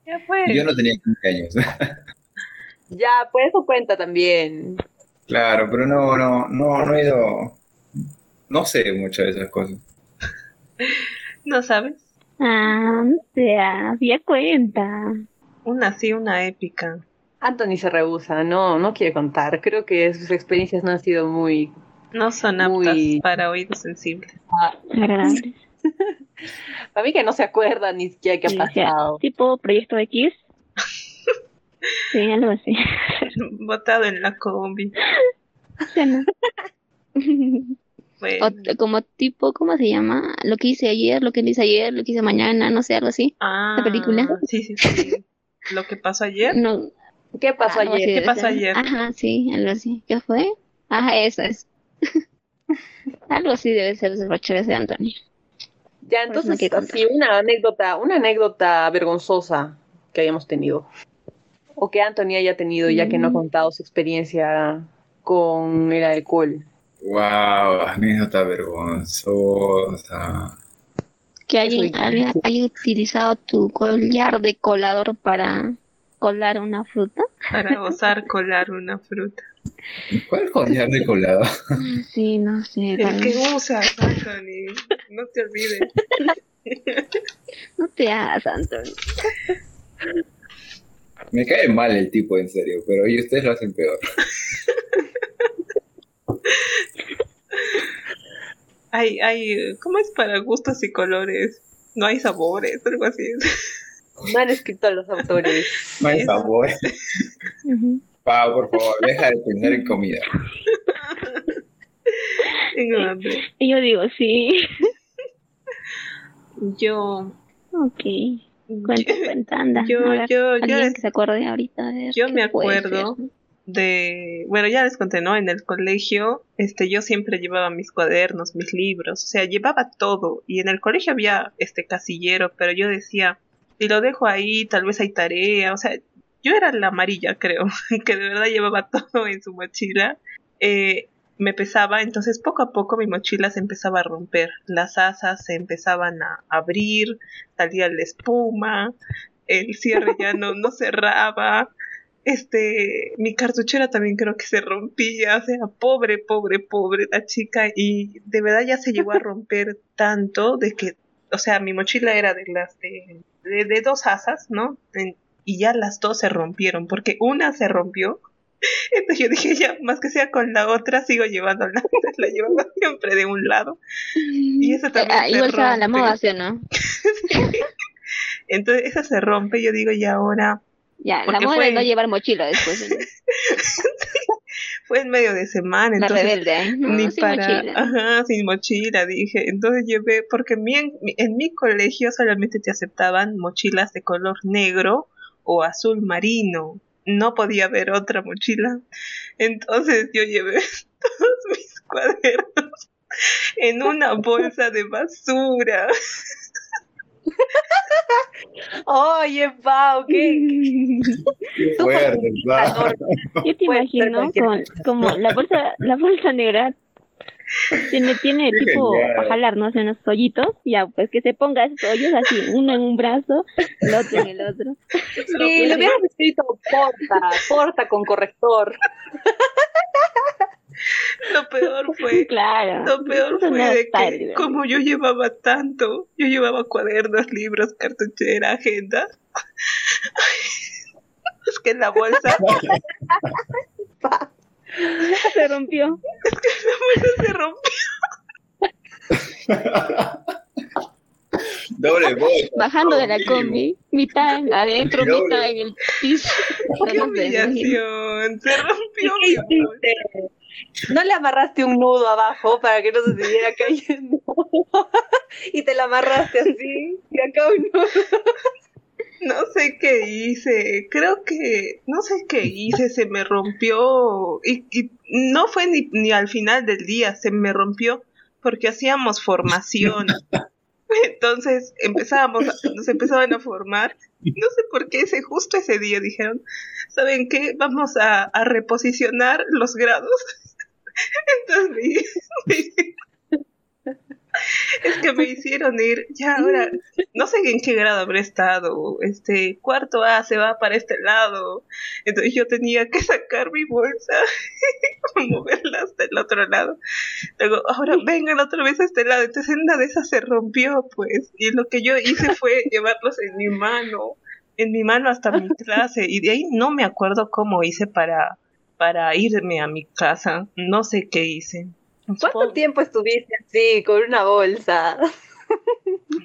Speaker 2: ya fue.
Speaker 4: Yo no tenía 15 años.
Speaker 3: ya, pues eso cuenta también.
Speaker 4: Claro, pero no, no, no, no he ido. No sé mucho de esas cosas.
Speaker 2: ¿No sabes?
Speaker 1: Ah, te había cuenta.
Speaker 2: Una sí, una épica.
Speaker 3: Anthony se rehúsa, no, no quiere contar. Creo que sus experiencias no han sido muy.
Speaker 2: No son aptas muy... para oídos sensibles.
Speaker 1: Ah, agradables.
Speaker 3: para mí que no se acuerda ni siquiera qué ha pasado.
Speaker 1: Tipo proyecto X. Sí, algo así.
Speaker 2: Botado en la combi.
Speaker 1: Bueno. O, como tipo, ¿cómo se llama? Lo que hice ayer, lo que hice ayer, lo que hice mañana, no sé, algo así.
Speaker 2: Ah,
Speaker 1: la película.
Speaker 2: Sí, sí, sí. ¿Lo que pasó ayer?
Speaker 1: No.
Speaker 3: ¿Qué pasó ah, ayer?
Speaker 2: ¿Qué pasó ayer?
Speaker 1: Ajá, sí, algo así. ¿Qué fue? Ajá, eso es. algo así debe ser los brocheres de Antonio.
Speaker 3: Ya, entonces, sí, una anécdota, una anécdota vergonzosa que hayamos tenido o que Anthony haya tenido ya que no ha contado su experiencia con el alcohol.
Speaker 4: Wow, anécdota vergonzosa.
Speaker 1: Que alguien haya, haya, utilizado tu collar de colador para colar una fruta.
Speaker 2: Para gozar colar una fruta.
Speaker 4: ¿Cuál collar de colador?
Speaker 1: Sí, no sé.
Speaker 2: El que usas, Anthony. No te olvides.
Speaker 1: No te hagas, Anthony.
Speaker 4: Me cae mal el tipo, en serio, pero hoy ustedes lo hacen peor.
Speaker 2: hay, hay, ¿cómo es para gustos y colores? No hay sabores, algo así.
Speaker 3: No han escrito los autores.
Speaker 4: No hay sabores. Uh -huh. Pa, por favor, deja de pensar en comida.
Speaker 2: Tengo hambre.
Speaker 1: Yo digo sí.
Speaker 2: Yo.
Speaker 1: Ok. Cuenta, cuenta, anda.
Speaker 2: Yo,
Speaker 1: a ver,
Speaker 2: yo, yo,
Speaker 1: alguien que se acuerde ahorita. A ver
Speaker 2: yo
Speaker 1: qué
Speaker 2: me
Speaker 1: puede
Speaker 2: acuerdo
Speaker 1: ser.
Speaker 2: de, bueno, ya les conté, ¿no? En el colegio, este, yo siempre llevaba mis cuadernos, mis libros, o sea, llevaba todo. Y en el colegio había este casillero, pero yo decía, si lo dejo ahí, tal vez hay tarea, o sea, yo era la amarilla, creo, que de verdad llevaba todo en su mochila. Eh, me pesaba, entonces poco a poco mi mochila se empezaba a romper, las asas se empezaban a abrir, salía la espuma, el cierre ya no, no cerraba, este, mi cartuchera también creo que se rompía, o sea, pobre, pobre, pobre la chica, y de verdad ya se llegó a romper tanto de que, o sea, mi mochila era de las de, de, de dos asas, ¿no? En, y ya las dos se rompieron, porque una se rompió entonces yo dije, ya, más que sea con la otra, sigo llevándola. la llevaba siempre de un lado. Y esa también.
Speaker 1: Ah,
Speaker 2: se
Speaker 1: igual
Speaker 2: rompe.
Speaker 1: la moda, ¿sí o no?
Speaker 2: Sí. Entonces esa se rompe, yo digo, y ahora.
Speaker 1: Ya, la
Speaker 2: Porque
Speaker 1: moda
Speaker 2: fue
Speaker 1: es no
Speaker 2: en-
Speaker 1: llevar mochila después. ¿no?
Speaker 2: Fue en medio de semana,
Speaker 1: La
Speaker 2: entonces
Speaker 1: rebelde, ¿eh? No,
Speaker 2: ni
Speaker 1: sin
Speaker 2: para,
Speaker 1: mochila.
Speaker 2: ajá, sin mochila, dije. Entonces llevé, porque en mi, en, en mi colegio solamente te aceptaban mochilas de color negro o azul marino. No podía haber otra mochila. Entonces yo llevé todos mis cuadernos en una bolsa de basura.
Speaker 3: Oye, Pau, ¿qué?
Speaker 4: Qué fuerte, pa.
Speaker 1: Yo te
Speaker 3: Puede ser
Speaker 1: imagino
Speaker 3: cualquier
Speaker 1: con, como la bolsa, la bolsa negra
Speaker 5: Tiene, tiene
Speaker 4: Qué
Speaker 5: tipo
Speaker 4: genial.
Speaker 5: para jalar, ¿no? Hace unos hoyitos, ya, pues que se ponga esos hoyos así, uno en un brazo, el otro en el otro.
Speaker 3: Sí, le hubieras escrito porta, porta con corrector.
Speaker 2: Lo peor fue,
Speaker 5: Claro.
Speaker 2: lo peor
Speaker 5: Eso no
Speaker 2: fue de
Speaker 5: es
Speaker 2: que
Speaker 5: padre.
Speaker 2: como yo llevaba tanto, yo llevaba cuadernos, libros, cartuchera, agenda. Es que en la bolsa
Speaker 5: Se rompió.
Speaker 2: se rompió.
Speaker 4: Doble bolsa.
Speaker 1: Bajando de la
Speaker 4: mínimo.
Speaker 1: combi, mitad en- adentro,
Speaker 4: Doble.
Speaker 1: mitad en el piso.
Speaker 2: ¡Qué
Speaker 1: No nos vemos.
Speaker 2: humillación! Se rompió
Speaker 3: ¿Qué
Speaker 2: mi bolsa.
Speaker 3: hiciste? No le amarraste un nudo abajo para que no se siguiera cayendo. y te la amarraste así. Y acá un nudo.
Speaker 2: No sé qué hice, creo que, no sé qué hice, se me rompió y, y no fue ni, ni al final del día, se me rompió porque hacíamos formación. Entonces empezábamos, a- nos empezaban a formar. No sé por qué ese justo ese día dijeron, ¿saben qué? Vamos a, a reposicionar los grados. Entonces me hi- es que me hicieron ir, ya ahora no sé en qué grado habré estado, este cuarto A se va para este lado, entonces yo tenía que sacar mi bolsa, moverla hasta el otro lado, luego ahora vengan otra vez a este lado, entonces una de esas se rompió pues, y lo que yo hice fue llevarlos en mi mano, en mi mano hasta mi clase, y de ahí no me acuerdo cómo hice para, para irme a mi casa, no sé qué hice.
Speaker 3: ¿Cuánto tiempo estuviste así, con una bolsa?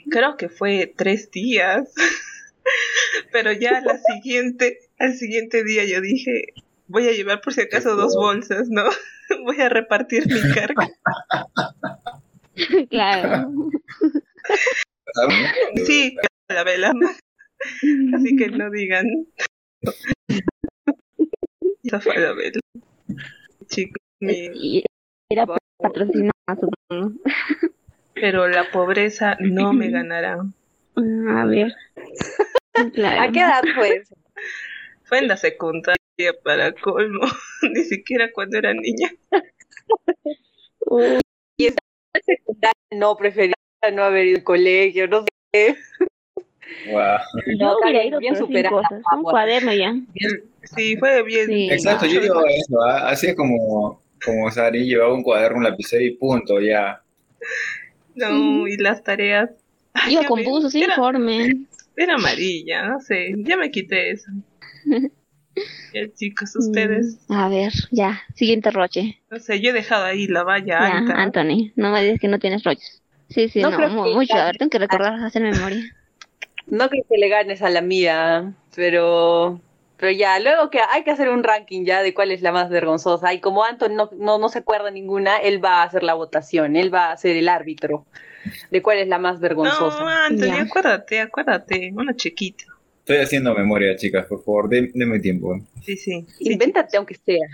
Speaker 2: creo que fue tres días. Pero ya a la siguiente, al siguiente día yo dije, voy a llevar por si acaso dos bolsas, ¿no? Voy a repartir mi carga.
Speaker 5: Claro.
Speaker 2: Sí, la vela. Así que no digan. Esa fue la vela. Chicos, mi-
Speaker 5: Y era pa- patrocinado, supongo.
Speaker 2: pero la pobreza no me ganará.
Speaker 5: Ah, A ver. Claro.
Speaker 3: ¿A qué edad fue eso?
Speaker 2: Fue en la secundaria para colmo, ni siquiera cuando era niña.
Speaker 5: Uy,
Speaker 3: No, prefería no haber ido al colegio, no sé.
Speaker 4: Wow.
Speaker 5: yo hubiera
Speaker 3: Karen,
Speaker 5: ido
Speaker 3: bien
Speaker 5: bien
Speaker 3: superada,
Speaker 5: cosas. Un
Speaker 3: guapa.
Speaker 5: cuaderno ya.
Speaker 2: Sí, fue bien.
Speaker 5: Sí.
Speaker 4: Exacto, yo llevaba eso, ¿ah? así es como, como Sari llevaba un cuaderno, un lapicero y punto, ya.
Speaker 2: No, y las tareas. Ay,
Speaker 1: Iba
Speaker 2: ya
Speaker 1: con
Speaker 2: me-
Speaker 1: buzos, sí,
Speaker 2: era,
Speaker 1: informe.
Speaker 2: era amarilla, no sé. Ya me quité eso. Ya, chicos, ustedes.
Speaker 1: Mm, A ver, ya, siguiente roche.
Speaker 2: No sé, yo he dejado ahí la valla
Speaker 1: Mm. Ya,
Speaker 2: alta.
Speaker 1: Anthony, no me digas que no tienes roches. Sí, sí,
Speaker 3: No
Speaker 1: no,
Speaker 3: creo
Speaker 1: mu-
Speaker 3: que-
Speaker 1: mucho. A ver, tengo que recordar, hacer memoria.
Speaker 3: No creo que le ganes a la mía, pero, pero ya, luego que hay que hacer un ranking ya de cuál es la más vergonzosa. Y como Anton no, no, no se acuerda ninguna, él va a hacer la votación, él va a ser el árbitro de cuál es la más
Speaker 2: No,
Speaker 3: vergonzosa.
Speaker 2: Anthony,
Speaker 1: Ya.
Speaker 2: acuérdate, acuérdate. Una chiquita.
Speaker 4: Estoy haciendo memoria, chicas, por favor, den- denme tiempo.
Speaker 2: Sí, sí. sí.
Speaker 3: Invéntate aunque sea.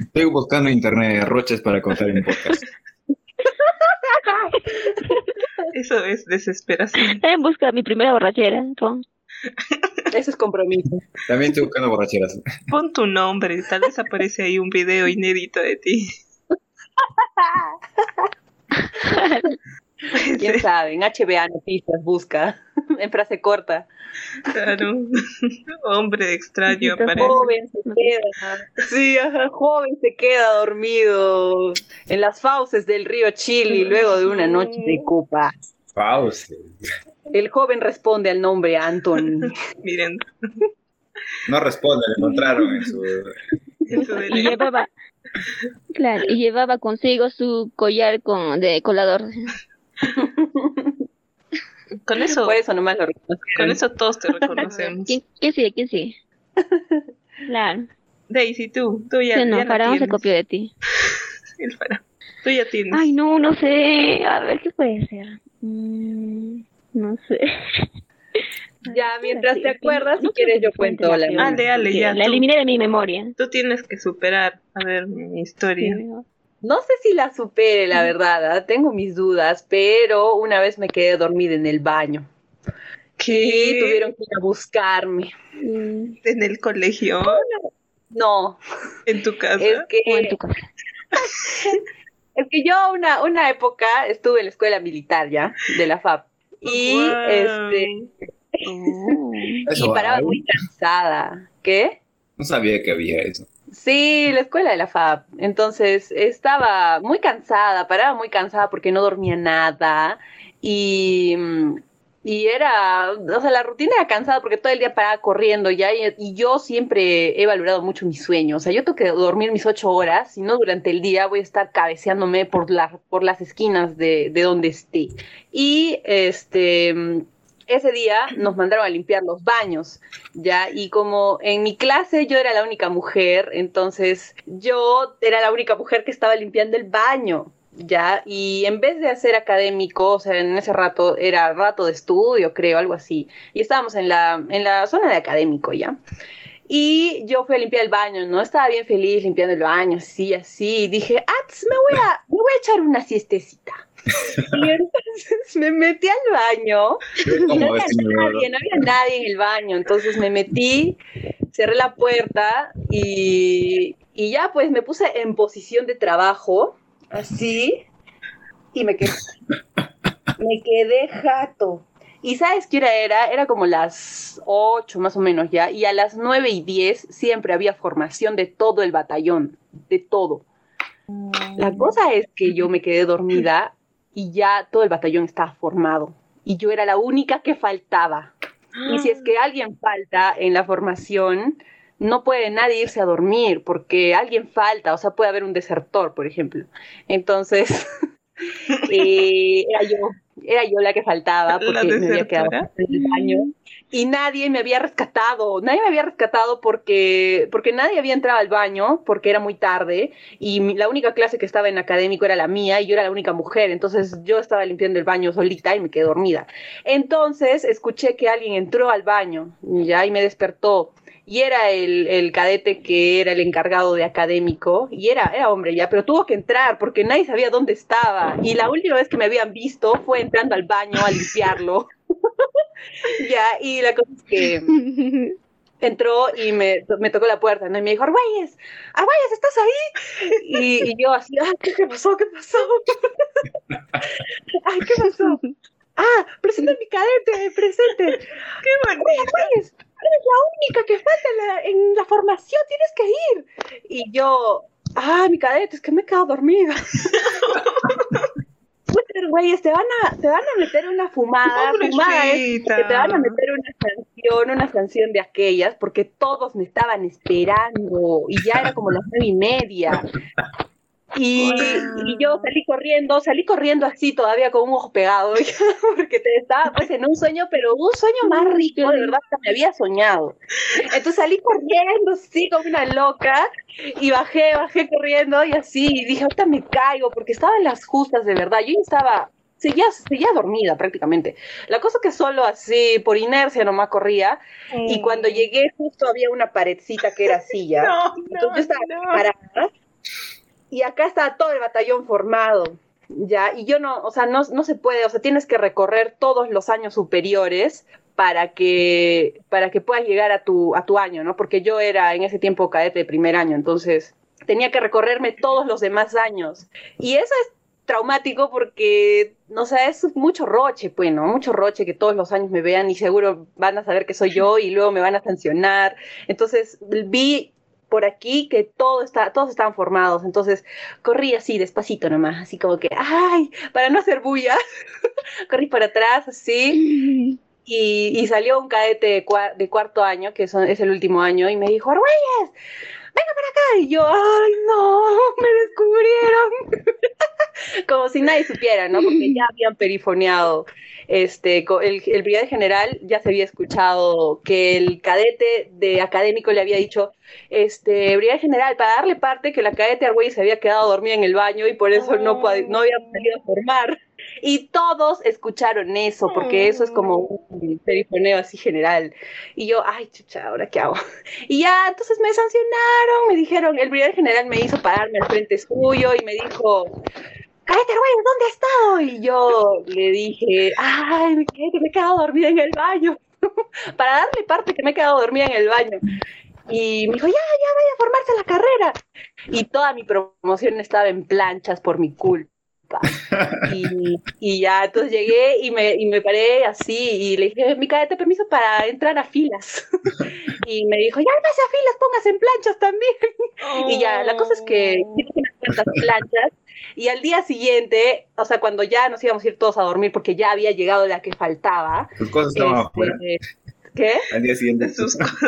Speaker 4: Estoy buscando en internet roches para contar en podcast.
Speaker 2: Eso es desesperación.
Speaker 5: En busca de mi primera borrachera. pon.
Speaker 3: Eso es compromiso.
Speaker 4: También estoy buscando borracheras.
Speaker 2: Pon tu nombre, tal vez aparece ahí un video inédito de ti. Puede
Speaker 3: Quién
Speaker 2: ser,
Speaker 3: sabe, en HBA Noticias busca, en frase corta.
Speaker 2: claro. Hombre extraño
Speaker 5: Chiquitos,
Speaker 2: aparece.
Speaker 3: Joven se queda. Sí, ajá, joven se queda dormido en las fauces del río Chile luego de una noche de copa.
Speaker 4: Pause.
Speaker 3: El joven responde al nombre Anton.
Speaker 2: Miren,
Speaker 4: No responde, lo encontraron en su...
Speaker 2: en su
Speaker 5: Y
Speaker 2: derecho.
Speaker 5: llevaba.
Speaker 1: Claro, y llevaba consigo su collar con de colador.
Speaker 2: Con eso,
Speaker 3: Por eso nomás lo reconocieron.
Speaker 2: con eso todos te reconocemos.
Speaker 1: ¿Quién, quién sigue? ¿Quién sigue?
Speaker 5: Claro.
Speaker 2: Daisy, tú, tú ya,
Speaker 1: Sí,
Speaker 2: ya
Speaker 1: no,
Speaker 2: la
Speaker 1: Faraón se
Speaker 2: tienes.
Speaker 1: copió de ti.
Speaker 2: El faraón. Tú ya tienes.
Speaker 5: Ay, no, no sé. A ver, ¿qué puede ser? Mm, no sé.
Speaker 3: Ya, mientras te
Speaker 5: Espérate,
Speaker 3: acuerdas, si
Speaker 5: no
Speaker 3: quieres
Speaker 5: quiero
Speaker 3: yo
Speaker 5: que cuente
Speaker 3: cuento
Speaker 5: la
Speaker 3: la
Speaker 5: peor.
Speaker 2: Ale,
Speaker 3: mía.
Speaker 2: ale, ya.
Speaker 5: La
Speaker 2: tú,
Speaker 5: eliminé de mi memoria.
Speaker 2: tú tienes que superar, a ver, mi historia.
Speaker 3: No sé si la supere, la verdad, ¿ah? tengo mis dudas, pero una vez me quedé dormida en el baño. Y tuvieron que ir a buscarme.
Speaker 5: Mm,
Speaker 2: ¿En el colegio?
Speaker 3: No,
Speaker 2: ¿En tu casa?
Speaker 3: es que
Speaker 1: O en tu casa.
Speaker 3: Es que yo una, una época estuve en la escuela militar ya, de la FAP.
Speaker 2: Oh,
Speaker 3: Y
Speaker 2: Wow.
Speaker 3: este
Speaker 1: Oh.
Speaker 3: y
Speaker 6: Eso,
Speaker 3: paraba
Speaker 6: ¿eh?
Speaker 3: muy cansada. ¿Qué?
Speaker 6: No sabía que había eso.
Speaker 3: Sí, la escuela de la FAP. Entonces estaba muy cansada, paraba muy cansada porque no dormía nada. Y, mm, y era, o sea, la rutina era cansada porque todo el día paraba corriendo ya. Y, y yo siempre he valorado mucho mi sueño. O sea, yo tengo que dormir mis ocho horas, si no durante el día voy a estar cabeceándome por, la- por las esquinas de, de donde esté. Y este. mm, Ese día nos mandaron a limpiar los baños. ¿ya? Y como en mi clase yo era la única mujer, entonces yo era la única mujer que estaba limpiando el baño, ¿ya? Y en vez de hacer académico, o sea, en ese rato era rato de estudio, creo, algo así, y estábamos en la, en la zona de académico, ¿ya? Y yo fui a limpiar el baño, ¿no? Estaba bien feliz limpiando el baño, así, así. Y dije, ah, tss, me voy a, me voy a echar una siestecita. Y entonces me metí al baño
Speaker 6: ¿Cómo
Speaker 3: no
Speaker 6: ves,
Speaker 3: había
Speaker 6: señor?
Speaker 3: nadie, no había nadie en el baño, entonces me metí, cerré la puerta y, y ya pues me puse en posición de trabajo, así, y me quedé, me quedé jato. ¿Y sabes qué hora era? Era como las 8 más o menos ya, y a las 9 y 10 siempre había formación de todo el batallón, de todo. La cosa es que yo me quedé dormida y ya todo el batallón estaba formado y yo era la única que faltaba. Y si es que
Speaker 2: Ah.
Speaker 3: alguien falta en la formación, no puede nadie irse a dormir porque alguien falta, o sea, puede haber un desertor, por ejemplo. Entonces, eh, era yo, era yo la que faltaba
Speaker 2: ¿La
Speaker 3: porque me había quedado
Speaker 2: desertora? Mm.
Speaker 3: en el baño y nadie me había rescatado, nadie me había rescatado porque porque nadie había entrado al baño porque era muy tarde y mi- la única clase que estaba en académico era la mía y yo era la única mujer, entonces yo estaba limpiando el baño solita y me quedé dormida. Entonces escuché que alguien entró al baño ya y me despertó y era el, el cadete que era el encargado de académico y era, era hombre ya, pero tuvo que entrar porque nadie sabía dónde estaba y la última vez que me habían visto fue entrando al baño a limpiarlo. ya, y la cosa es que entró y me, me tocó la puerta, ¿no? Y me dijo, Argüelles, Argüelles, ¿estás ahí? Y, y yo así, ah, ¿qué, qué pasó? ¿Qué pasó? Ay, ¿qué pasó? Ah, presente mi cadete, presente.
Speaker 2: ¡Qué bonito!
Speaker 3: Argüelles, eres la única que falta en la, en la formación, tienes que ir. Y yo, ah, mi cadete, es que me he quedado dormida. Puta, Argüelles, te van a, te van a meter una fumada, fumada Ah, pues, es que te van a meter una canción, una canción de aquellas, porque todos me estaban esperando y ya era como las nueve y media. Y,
Speaker 2: Guau.
Speaker 3: y yo salí corriendo, salí corriendo así todavía con un ojo pegado, ya, porque te estaba pues en un sueño, pero un sueño más rico, de verdad, que me había soñado. Entonces salí corriendo, sí, como una loca, y bajé, bajé corriendo y así, y dije, ahorita me caigo, porque estaba en las justas, de verdad, yo ya estaba, seguía, seguía dormida prácticamente. La cosa que solo así, por inercia nomás corría, y cuando llegué justo había una paredcita que era silla.
Speaker 2: Oh, No,
Speaker 3: Entonces yo estaba
Speaker 2: no, no.
Speaker 3: parada y acá estaba todo el batallón formado. Ya, y yo no, o sea, no, no se puede, o sea, tienes que recorrer todos los años superiores para que, para que puedas llegar a tu, a tu año, ¿no? Porque yo era en ese tiempo cadete de primer año, entonces tenía que recorrerme todos los demás años. Y eso es traumático porque, no sé, es mucho roche, pues, ¿no? Mucho roche que todos los años me vean y seguro van a saber que soy yo y luego me van a sancionar. Entonces, vi por aquí que todo está, todos estaban formados. Entonces, corrí así, despacito nomás, así como que, ¡ay! Para no hacer bulla. corrí para atrás, así. Y, y salió un cadete de, cua- de cuarto año, que son, es el último año, y me dijo, Argüelles, venga para acá. Y yo, ay, no, me descubrieron. Como si nadie supiera, ¿no? Porque ya habían perifoneado. Este, co- el, el brigadier general ya se había escuchado que el cadete de académico le había dicho, este, brigadier general, para darle parte que la cadete Argüelles se había quedado dormida en el baño y por eso no, pod- no había podido formar. Y todos escucharon eso, porque eso es como un perifoneo así general. Y yo, ay, chucha, ¿ahora qué hago? Y ya, entonces me sancionaron, me dijeron, el brigadier general me hizo pararme al frente suyo y me dijo, cadete güey, ¿dónde has estado? Y yo le dije, ay, me quedé, que me he quedado dormida en el baño. Para darle parte que me he quedado dormida en el baño. Y me dijo, ya, ya vaya a formarse la carrera. Y toda mi promoción estaba en planchas por mi culpa. Y, y ya, entonces llegué y me, y me paré así y le dije, mi cadete, permiso para entrar a filas. Y me dijo, ya váyase a filas, póngase en planchas también. Y ya, la cosa es que
Speaker 2: Oh.
Speaker 3: hice unas cuantas planchas y al día siguiente, o sea, cuando ya nos íbamos a ir todos a dormir porque ya había llegado la que faltaba.
Speaker 4: Tus cosas estaban
Speaker 3: este,
Speaker 4: afuera.
Speaker 3: ¿Qué?
Speaker 4: Al día siguiente
Speaker 2: Sus cosas.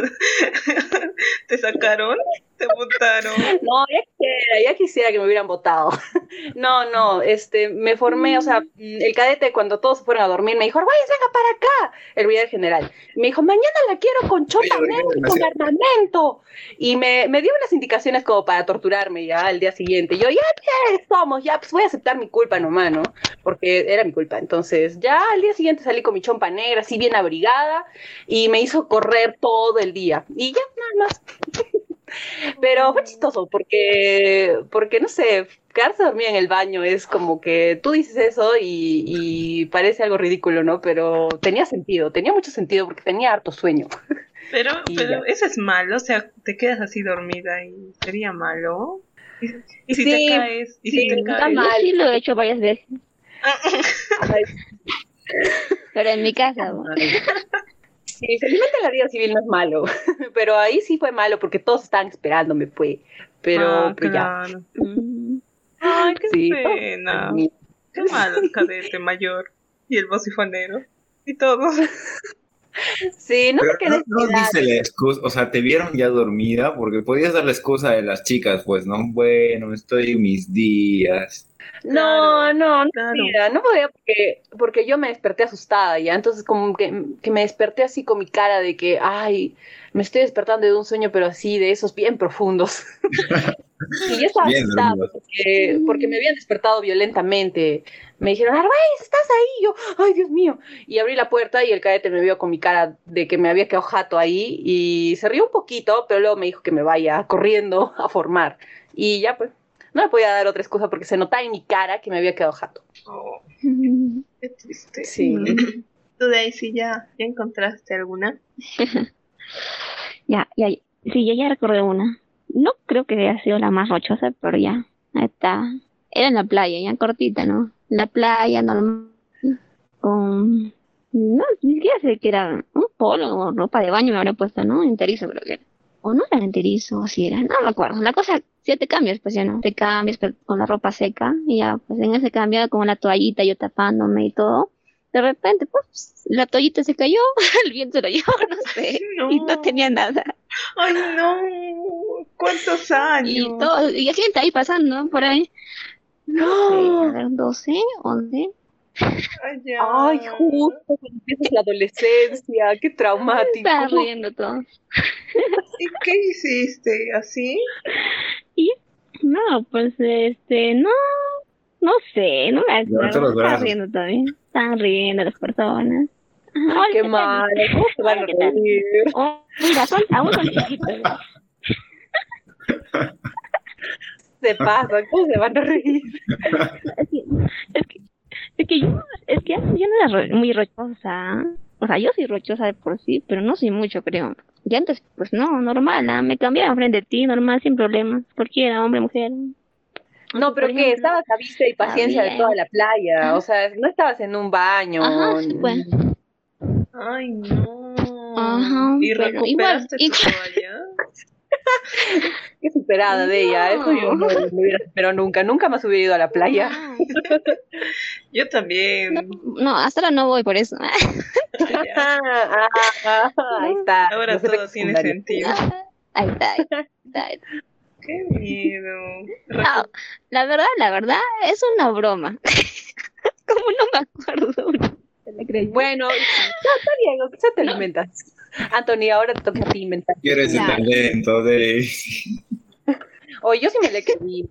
Speaker 2: ¿Te sacaron? ¿Te botaron?
Speaker 3: No, ya quisiera, ya quisiera que me hubieran votado. No, no, este, me formé, o sea, mm, el cadete cuando todos se fueron a dormir me dijo, Arguelles, venga para acá, el brigadier general. Me dijo, mañana la quiero con chota
Speaker 4: Oye,
Speaker 3: negra y con
Speaker 4: gracias.
Speaker 3: armamento. Y me, me dio unas indicaciones como para torturarme ya al día siguiente. Yo, ya, ya somos, ya, pues voy a aceptar mi culpa nomás, ¿no? Porque era mi culpa. Entonces, ya al día siguiente salí con mi chompa negra, así bien abrigada, y me hizo correr todo el día. Y ya, nada más. Pero fue chistoso porque, porque no sé, quedarse dormida en el baño es como que tú dices eso y, y parece algo ridículo, ¿no? Pero tenía sentido, tenía mucho sentido porque tenía harto sueño.
Speaker 2: Pero,
Speaker 3: Y
Speaker 2: pero eso es malo, o sea, te quedas así dormida y sería malo. Y, y si
Speaker 3: Sí,
Speaker 2: te caes, y
Speaker 3: sí,
Speaker 2: si te
Speaker 3: está
Speaker 2: caes.
Speaker 1: Yo
Speaker 3: mal.
Speaker 1: sí lo he hecho varias veces, pero en mi casa. ¿no?
Speaker 3: Sí, felizmente la vida civil no es malo, pero ahí sí fue malo porque todos estaban esperándome, pues. Pero,
Speaker 2: Ah,
Speaker 3: pero ya.
Speaker 2: claro.
Speaker 1: Mm.
Speaker 2: Ay, qué
Speaker 3: Sí.
Speaker 2: pena.
Speaker 3: Ni-
Speaker 2: Qué malo el cadete mayor y el bocifonero y todo.
Speaker 3: Sí, no
Speaker 4: Pero
Speaker 3: sé qué
Speaker 4: no, no
Speaker 3: necesidad.
Speaker 4: dice la excusa, o sea, te vieron ya dormida porque podías dar la excusa de las chicas, pues, ¿no? Bueno, estoy en mis días.
Speaker 3: No, no, no,
Speaker 2: claro.
Speaker 3: podía, no podía porque, porque yo me desperté asustada ya, entonces como que, que me desperté así con mi cara de que, ay, me estoy despertando de un sueño, pero así, de esos bien profundos. y yo estaba
Speaker 4: Bien
Speaker 3: asustada
Speaker 4: dormido.
Speaker 3: porque, porque me habían despertado violentamente. Me dijeron, Arbaez, estás ahí, y yo, ay, Dios mío. Y abrí la puerta y el cadete me vio con mi cara de que me había quedado jato ahí y se rió un poquito, pero luego me dijo que me vaya corriendo a formar. Y ya pues. No le podía dar otra excusa porque se notaba en mi cara que me había quedado jato.
Speaker 2: Oh,
Speaker 1: Mm.
Speaker 2: qué triste. Mm.
Speaker 3: Sí.
Speaker 2: ¿Tú de ahí sí ya, ya encontraste alguna?
Speaker 1: Ya, ya, sí, ya, ya recordé una. No creo que haya sido la más rochosa, pero ya, ahí está. Era en la playa, ya cortita, ¿no? La playa normal, con... No, ni siquiera sé que era un polo o ropa de baño me habré puesto, ¿no? Enterizo creo que era. O no era enterizo, o si era, no me acuerdo. La cosa, si ya te cambias, pues ya no. Te cambias pero con la ropa seca y ya, pues en ese cambio con la toallita yo tapándome y todo. De repente, pues, la toallita se cayó, el viento se lo llevó, no
Speaker 3: Eh,
Speaker 1: sé
Speaker 2: No.
Speaker 1: y no tenía nada.
Speaker 2: Ay, no. ¿Cuántos años?
Speaker 1: Y todo, y la gente ahí pasando ¿no? por ahí. No. sé, a ver, 12, 11.
Speaker 2: Ay, ya.
Speaker 3: Ay, justo cuando empiezas la adolescencia, qué traumático.
Speaker 1: Estaba riendo todo.
Speaker 2: ¿Y qué hiciste? ¿Así?
Speaker 5: No, pues este, no, no sé, no me
Speaker 4: Levantó
Speaker 5: acuerdo.
Speaker 4: los
Speaker 5: Estaba
Speaker 4: brazos.
Speaker 5: riendo también. Estaban riendo las personas. Ay,
Speaker 3: Qué malo, ¿cómo se van a
Speaker 5: Hola, ¿qué tal?
Speaker 3: reír?
Speaker 5: Oh, mira, son, aún son chiquitos.
Speaker 3: Se pasan, ¿cómo se van a reír?
Speaker 5: Es que yo, es que yo no era ro- muy rochosa.
Speaker 1: O sea, yo soy rochosa de por sí, pero no soy mucho, creo. Y antes, pues no, normal, ah, me cambiaba frente a ti, normal, sin problemas. Cualquiera, hombre, mujer.
Speaker 3: No, pero
Speaker 1: Por
Speaker 3: que
Speaker 1: ejemplo,
Speaker 3: estabas a vista y paciencia de
Speaker 1: bien.
Speaker 3: toda la playa, o sea, no estabas en un baño.
Speaker 1: Ajá, sí,
Speaker 3: ni-
Speaker 1: pues.
Speaker 2: Ay, no.
Speaker 1: Ajá,
Speaker 2: ¿Y
Speaker 1: pero
Speaker 2: recuperaste
Speaker 1: igual-
Speaker 2: tu toalla?
Speaker 3: Qué superada de ella, eso yo no me hubiera esperado nunca, nunca más hubiera ido a la playa.
Speaker 2: Yo también.
Speaker 1: No, hasta ahora no voy por eso.
Speaker 2: Ay, ya.
Speaker 3: Ah, ah, ah, ahí está.
Speaker 2: Ahora
Speaker 3: Los
Speaker 2: todo
Speaker 3: efectos
Speaker 2: tiene
Speaker 3: secundarios.
Speaker 2: sentido.
Speaker 1: Ahí está, ahí está. ahí está.
Speaker 2: Qué miedo.
Speaker 1: Ah, la verdad, la verdad, es una broma. Como no me acuerdo.
Speaker 3: Bueno, ya, Diego, quizá te lo inventas. Anthony, ahora te toca a ti inventar.
Speaker 4: Yo era ese
Speaker 1: Ya.
Speaker 4: talento de...
Speaker 3: Oye, yo sí me la he querido.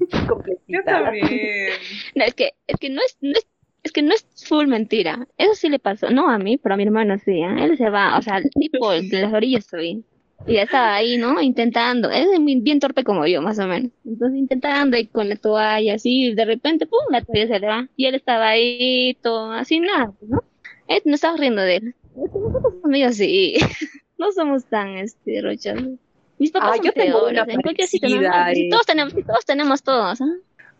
Speaker 2: Yo
Speaker 3: Completita.
Speaker 2: también.
Speaker 1: No, es que, es que no es, no es, es que no es full mentira. Eso sí le pasó, no a mí, pero a mi hermano sí, ¿ah? Él se va, o sea, tipo de las orillas soy. Y ya estaba ahí, ¿no? Intentando. Él es muy- bien torpe como yo, más o menos. Entonces intentando y con la toalla así, y de repente, pum, la toalla se le va. Y él estaba ahí, todo así, nada, pues, ¿no? Él no estaba riendo de él. Es que Nosotros amigos sí. no somos tan este rochas. Mis papás
Speaker 3: Ah,
Speaker 1: son
Speaker 3: yo tengo
Speaker 1: peores, ¿eh?
Speaker 3: una
Speaker 1: en cualquier sitio, ¿no?
Speaker 3: parecida,
Speaker 1: Si
Speaker 3: eh.
Speaker 1: todos tenemos, si todos tenemos todos, ¿ah?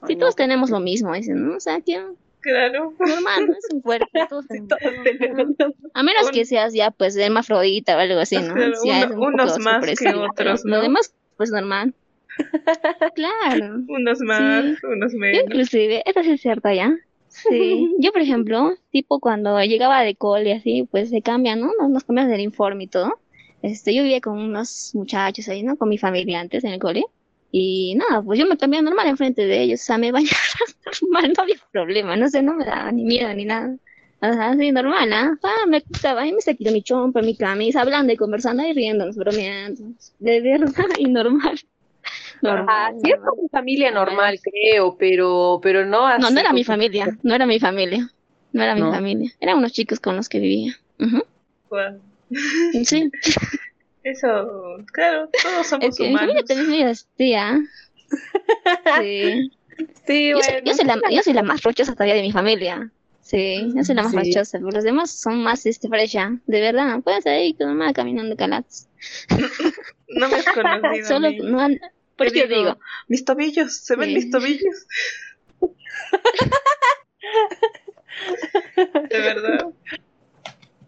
Speaker 1: Si
Speaker 3: Ay,
Speaker 1: todos
Speaker 3: no.
Speaker 1: tenemos lo mismo, dicen, ¿no? O sea, que
Speaker 2: Claro.
Speaker 1: normal, no es un cuerpo, todos
Speaker 3: Sí,
Speaker 1: tenemos.
Speaker 3: todos tenemos-
Speaker 1: A menos
Speaker 2: Un-
Speaker 1: que seas ya, pues, hermafrodita o algo así, ¿no?
Speaker 2: Claro,
Speaker 1: Sí, ya es
Speaker 2: uno-
Speaker 1: un
Speaker 2: unos
Speaker 1: poco
Speaker 2: más que
Speaker 1: sorpresivo, pero
Speaker 2: otros, ¿no?
Speaker 1: Lo demás, pues, normal. claro.
Speaker 2: Unos más, unos
Speaker 1: Yo
Speaker 2: menos.
Speaker 1: inclusive, esta sí es cierta ya. Sí. Yo, por ejemplo, tipo cuando llegaba de cole así, pues se cambia, ¿no? Nos, nos cambiamos el informe y todo. Este, yo vivía con unos muchachos ahí, ¿no? Con mi familia antes en el cole. Y nada, pues yo me cambiaba normal enfrente de ellos. O sea, me bañaba normal, no había problema. No sé, no me daba ni miedo ni nada. O sea, así normal, ¿ah? Ah, me gustaba, y me saqué mi chompa, mi camisa, hablando y conversando y riéndonos, bromeando. De verdad, y normal. Normal.
Speaker 3: Así es
Speaker 1: normal.
Speaker 3: como familia normal, creo, pero, pero no así.
Speaker 1: No, no era mi
Speaker 3: como-
Speaker 1: familia, no era mi familia, no era mi
Speaker 3: Ah, ¿No?
Speaker 1: familia, eran unos chicos con los que vivía. Ujú,
Speaker 2: Guau.
Speaker 1: Sí,
Speaker 2: Pues, Eso, claro, todos somos
Speaker 1: es que mi
Speaker 2: humanos.
Speaker 1: familia también es medio así, ¿ah? Sí.
Speaker 3: Sí,
Speaker 1: Yo, soy,
Speaker 3: bueno.
Speaker 1: yo soy la, yo soy la más rochosa todavía de mi familia. Sí, yo soy la más
Speaker 3: Sí.
Speaker 1: rochosa, pero los demás son más este, fresha, de verdad. Puedes ahí con mamá caminando calatos.
Speaker 2: No me has conocido.
Speaker 1: Solo,
Speaker 2: a mí.
Speaker 1: no, han- por
Speaker 2: Te
Speaker 1: eso digo,
Speaker 2: Mis tobillos, se ven
Speaker 1: Sí.
Speaker 2: mis tobillos. De verdad.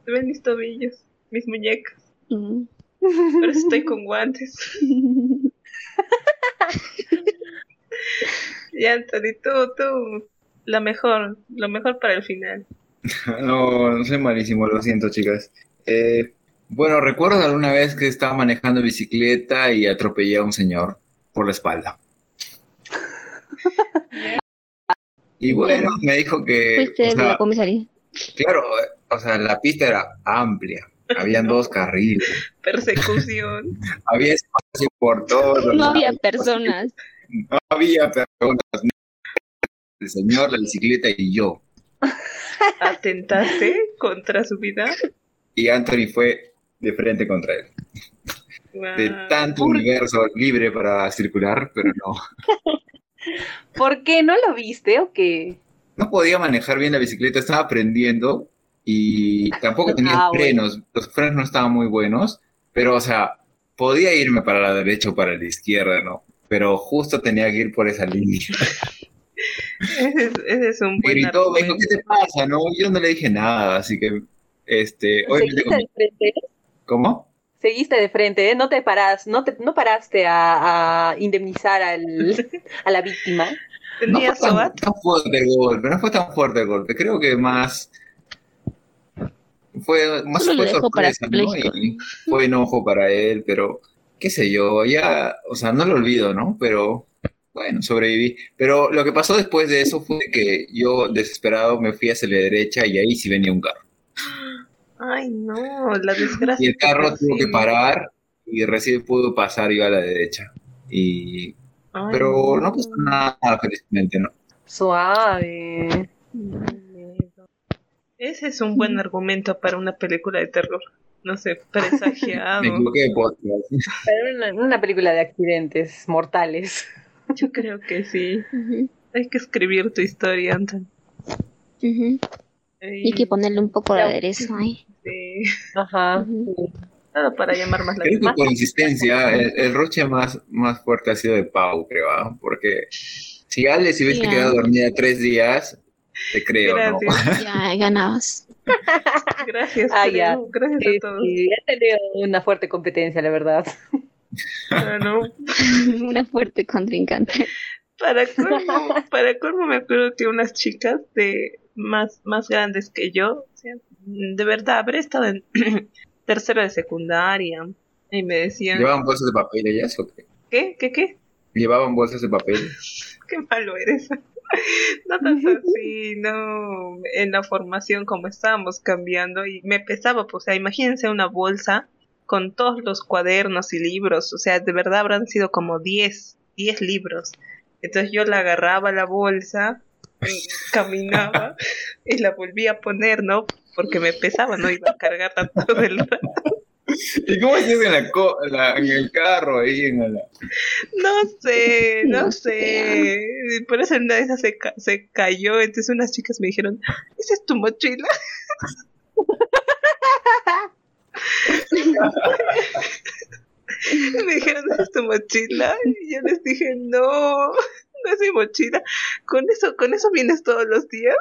Speaker 2: Se ven mis tobillos, mis muñecas.
Speaker 1: mm,
Speaker 2: Pero estoy con guantes. Ya, Anthony, tú, tú. Lo mejor, lo mejor para el final.
Speaker 4: No, no soy malísimo, lo siento, chicas. Eh, bueno, recuerdo alguna vez que estaba manejando bicicleta y atropellé a un señor por la espalda. Y bueno, me dijo que,
Speaker 1: fuiste
Speaker 4: Eh, o
Speaker 1: de la
Speaker 4: sea,
Speaker 1: comisaría.
Speaker 4: claro, eh, o sea, la pista era amplia, habían dos carriles,
Speaker 2: Persecución.
Speaker 4: había espacio por todos los
Speaker 1: No había
Speaker 4: lados.
Speaker 1: personas.
Speaker 4: No había personas. El señor, la bicicleta y yo.
Speaker 2: Atentaste contra su vida.
Speaker 4: Y Anthony fue de frente contra él.
Speaker 2: Guau.
Speaker 4: de tanto universo libre para circular, pero no.
Speaker 3: ¿Por qué no lo viste o qué?
Speaker 4: No podía manejar bien la bicicleta, estaba aprendiendo y tampoco tenía
Speaker 3: Ah, bueno.
Speaker 4: frenos, los frenos no estaban muy buenos, pero o sea, podía irme para la derecha o para la izquierda, ¿no? Pero justo tenía que ir por esa línea.
Speaker 2: Ese es, ese es un
Speaker 4: Me
Speaker 2: buen
Speaker 4: gritó, me dijo,
Speaker 2: argumento.
Speaker 4: ¿qué te pasa? No, yo no le dije nada, así que, este, obviamente,
Speaker 3: Seguiste de frente,
Speaker 4: ¿cómo?
Speaker 3: seguiste de frente, ¿eh? no te paras, no te, no paraste a, a indemnizar al, a la víctima.
Speaker 4: No
Speaker 2: Tenía
Speaker 4: fue tan,
Speaker 2: SOAT.
Speaker 4: tan fuerte el golpe, no fue tan fuerte el golpe. Creo que más. Fue más
Speaker 1: Solo lo
Speaker 4: fue
Speaker 1: dejó
Speaker 4: sorpresa, ¿no?
Speaker 1: parapléjico.
Speaker 4: Y fue enojo para él, pero qué sé yo, ya, o sea, no lo olvido, ¿no? Pero bueno, sobreviví. Pero lo que pasó después de eso fue que yo, desesperado, me fui hacia la derecha y ahí sí venía un carro.
Speaker 2: Ay, no, la desgracia.
Speaker 4: Y el carro
Speaker 2: te
Speaker 4: tuvo que
Speaker 2: persigue.
Speaker 4: parar y recién pudo pasar yo a la derecha. Y,
Speaker 2: Ay,
Speaker 4: pero no pasó nada, felizmente, ¿no?
Speaker 3: Suave.
Speaker 2: Ese es un buen argumento para una película de terror. No sé,
Speaker 4: Me
Speaker 2: presagiado.
Speaker 4: equivoqué de podcast.
Speaker 3: Pero Una, una película de accidentes mortales.
Speaker 2: Yo creo que sí.
Speaker 1: Ujú,
Speaker 2: Hay que escribir tu historia, Anton.
Speaker 1: ujú. Y hay que ponerle un poco de
Speaker 3: Ya.
Speaker 1: aderezo ahí.
Speaker 2: Sí.
Speaker 3: Ajá.
Speaker 1: Ujú.
Speaker 2: Nada este, para llamar más la
Speaker 4: Creo que
Speaker 2: atención.
Speaker 4: por insistencia, el, el roche más, más fuerte ha sido de Pau, creo, ¿ah? porque si Ale se hubiese
Speaker 1: Sí, ah.
Speaker 4: quedado dormida tres días, te creo, ¿no?
Speaker 2: Gracias,
Speaker 1: Ya ganabas.
Speaker 2: gracias,
Speaker 3: Ah,
Speaker 2: creo.
Speaker 3: ya.
Speaker 2: gracias
Speaker 3: Sí,
Speaker 2: a todos.
Speaker 3: sí, ha tenido una fuerte competencia, la verdad.
Speaker 2: Ah, no.
Speaker 1: Una fuerte contrincante.
Speaker 2: Para colmo, para colmo me acuerdo que unas chicas de más, más grandes que yo, o sea, de verdad, habré estado en tercero de secundaria y me decían,
Speaker 4: ¿Llevaban bolsas de papel ellas o qué?
Speaker 2: ¿qué? ¿Qué? ¿Qué?
Speaker 4: ¿Llevaban bolsas de papel?
Speaker 2: Qué malo eres. No tanto así, no. En la formación como estábamos cambiando y me pesaba, pues, o sea, imagínense una bolsa con todos los cuadernos y libros, o sea, de verdad habrán sido como 10, 10 libros. Entonces yo la agarraba la bolsa, y caminaba y la volvía a poner, ¿no? Porque me pesaba, no iba a cargarla todo el rato.
Speaker 4: ¿Y cómo hacías en, la co- en la- en el carro ahí? En la...
Speaker 2: No sé, no
Speaker 1: No
Speaker 2: sé. Por eso una de esas se, ca- se cayó. Entonces unas chicas me dijeron, ¿esa es tu mochila? me dijeron, ¿es tu mochila? Y yo les dije, no, no es mi mochila. ¿Con eso, con eso vienes todos los días?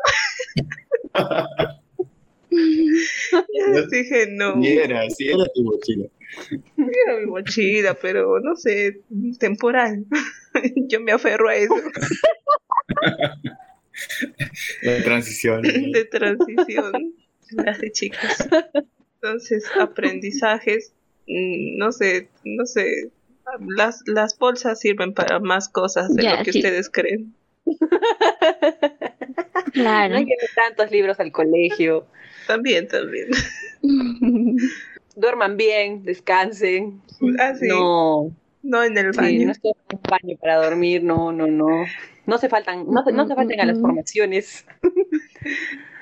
Speaker 2: yo les dije, no.
Speaker 6: Y era, sí era tu mochila.
Speaker 2: Era mi mochila, pero no sé, temporal. yo me aferro a eso.
Speaker 6: De transición.
Speaker 2: de transición. Así, chicas. Entonces, aprendizajes, mm, no sé, no sé. Las, las bolsas sirven para más cosas de
Speaker 1: Ya,
Speaker 2: lo que
Speaker 1: sí.
Speaker 2: ustedes creen.
Speaker 3: No
Speaker 1: Claro.
Speaker 3: hay que leer tantos libros al colegio.
Speaker 2: También, también.
Speaker 3: Duerman bien, descansen.
Speaker 2: Así, no.
Speaker 3: No,
Speaker 2: en el
Speaker 3: sí,
Speaker 2: baño.
Speaker 3: no estoy en un baño para dormir, no, no, no. No se faltan, no, se- no se falten a las formaciones.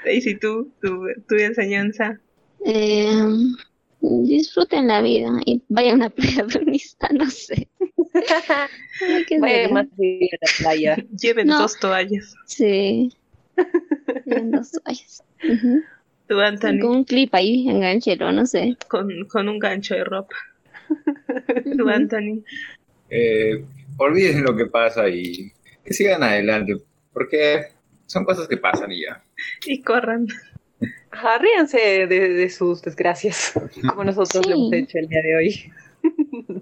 Speaker 2: Daisy, tú, tu, tu enseñanza.
Speaker 1: Eh, disfruten la vida y vayan a playa brunista, no sé. Hay que
Speaker 3: Vayan
Speaker 1: ver.
Speaker 3: más así a la playa.
Speaker 2: Lleven
Speaker 1: No.
Speaker 2: dos toallas.
Speaker 1: Sí. Lleven dos toallas. Ujú.
Speaker 2: Tú, Anthony,
Speaker 1: Con
Speaker 2: con,
Speaker 1: un clip ahí, enganchelo, no sé.
Speaker 2: con, un gancho de ropa. Tú,
Speaker 1: Ujú.
Speaker 2: Anthony.
Speaker 6: Eh, olviden lo que pasa y que sigan adelante, porque son cosas que pasan y ya.
Speaker 2: Y corran.
Speaker 3: Ajá, ríanse de, de sus desgracias, como nosotros
Speaker 1: Sí.
Speaker 3: lo hemos hecho el día de hoy.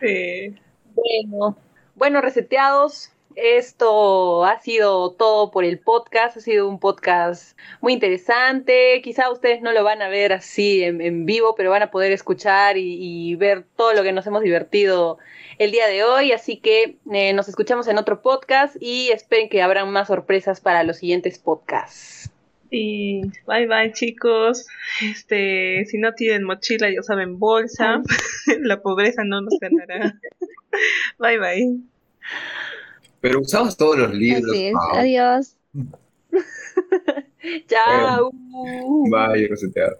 Speaker 2: Eh,
Speaker 3: Bueno, bueno, reseteados. Esto ha sido todo por el podcast. Ha sido un podcast muy interesante. Quizá ustedes no lo van a ver así en, en vivo, pero van a poder escuchar y, y ver todo lo que nos hemos divertido el día de hoy. Así que eh, nos escuchamos en otro podcast y esperen que habrán más sorpresas para los siguientes podcasts.
Speaker 2: y bye bye, chicos. Este, si no tienen mochila, ya saben, bolsa. La pobreza no nos ganará. bye bye.
Speaker 6: Pero usamos todos los libros.
Speaker 1: Así es.
Speaker 6: Ah,
Speaker 1: Adiós.
Speaker 3: Chao.
Speaker 6: Vaya, reseteado.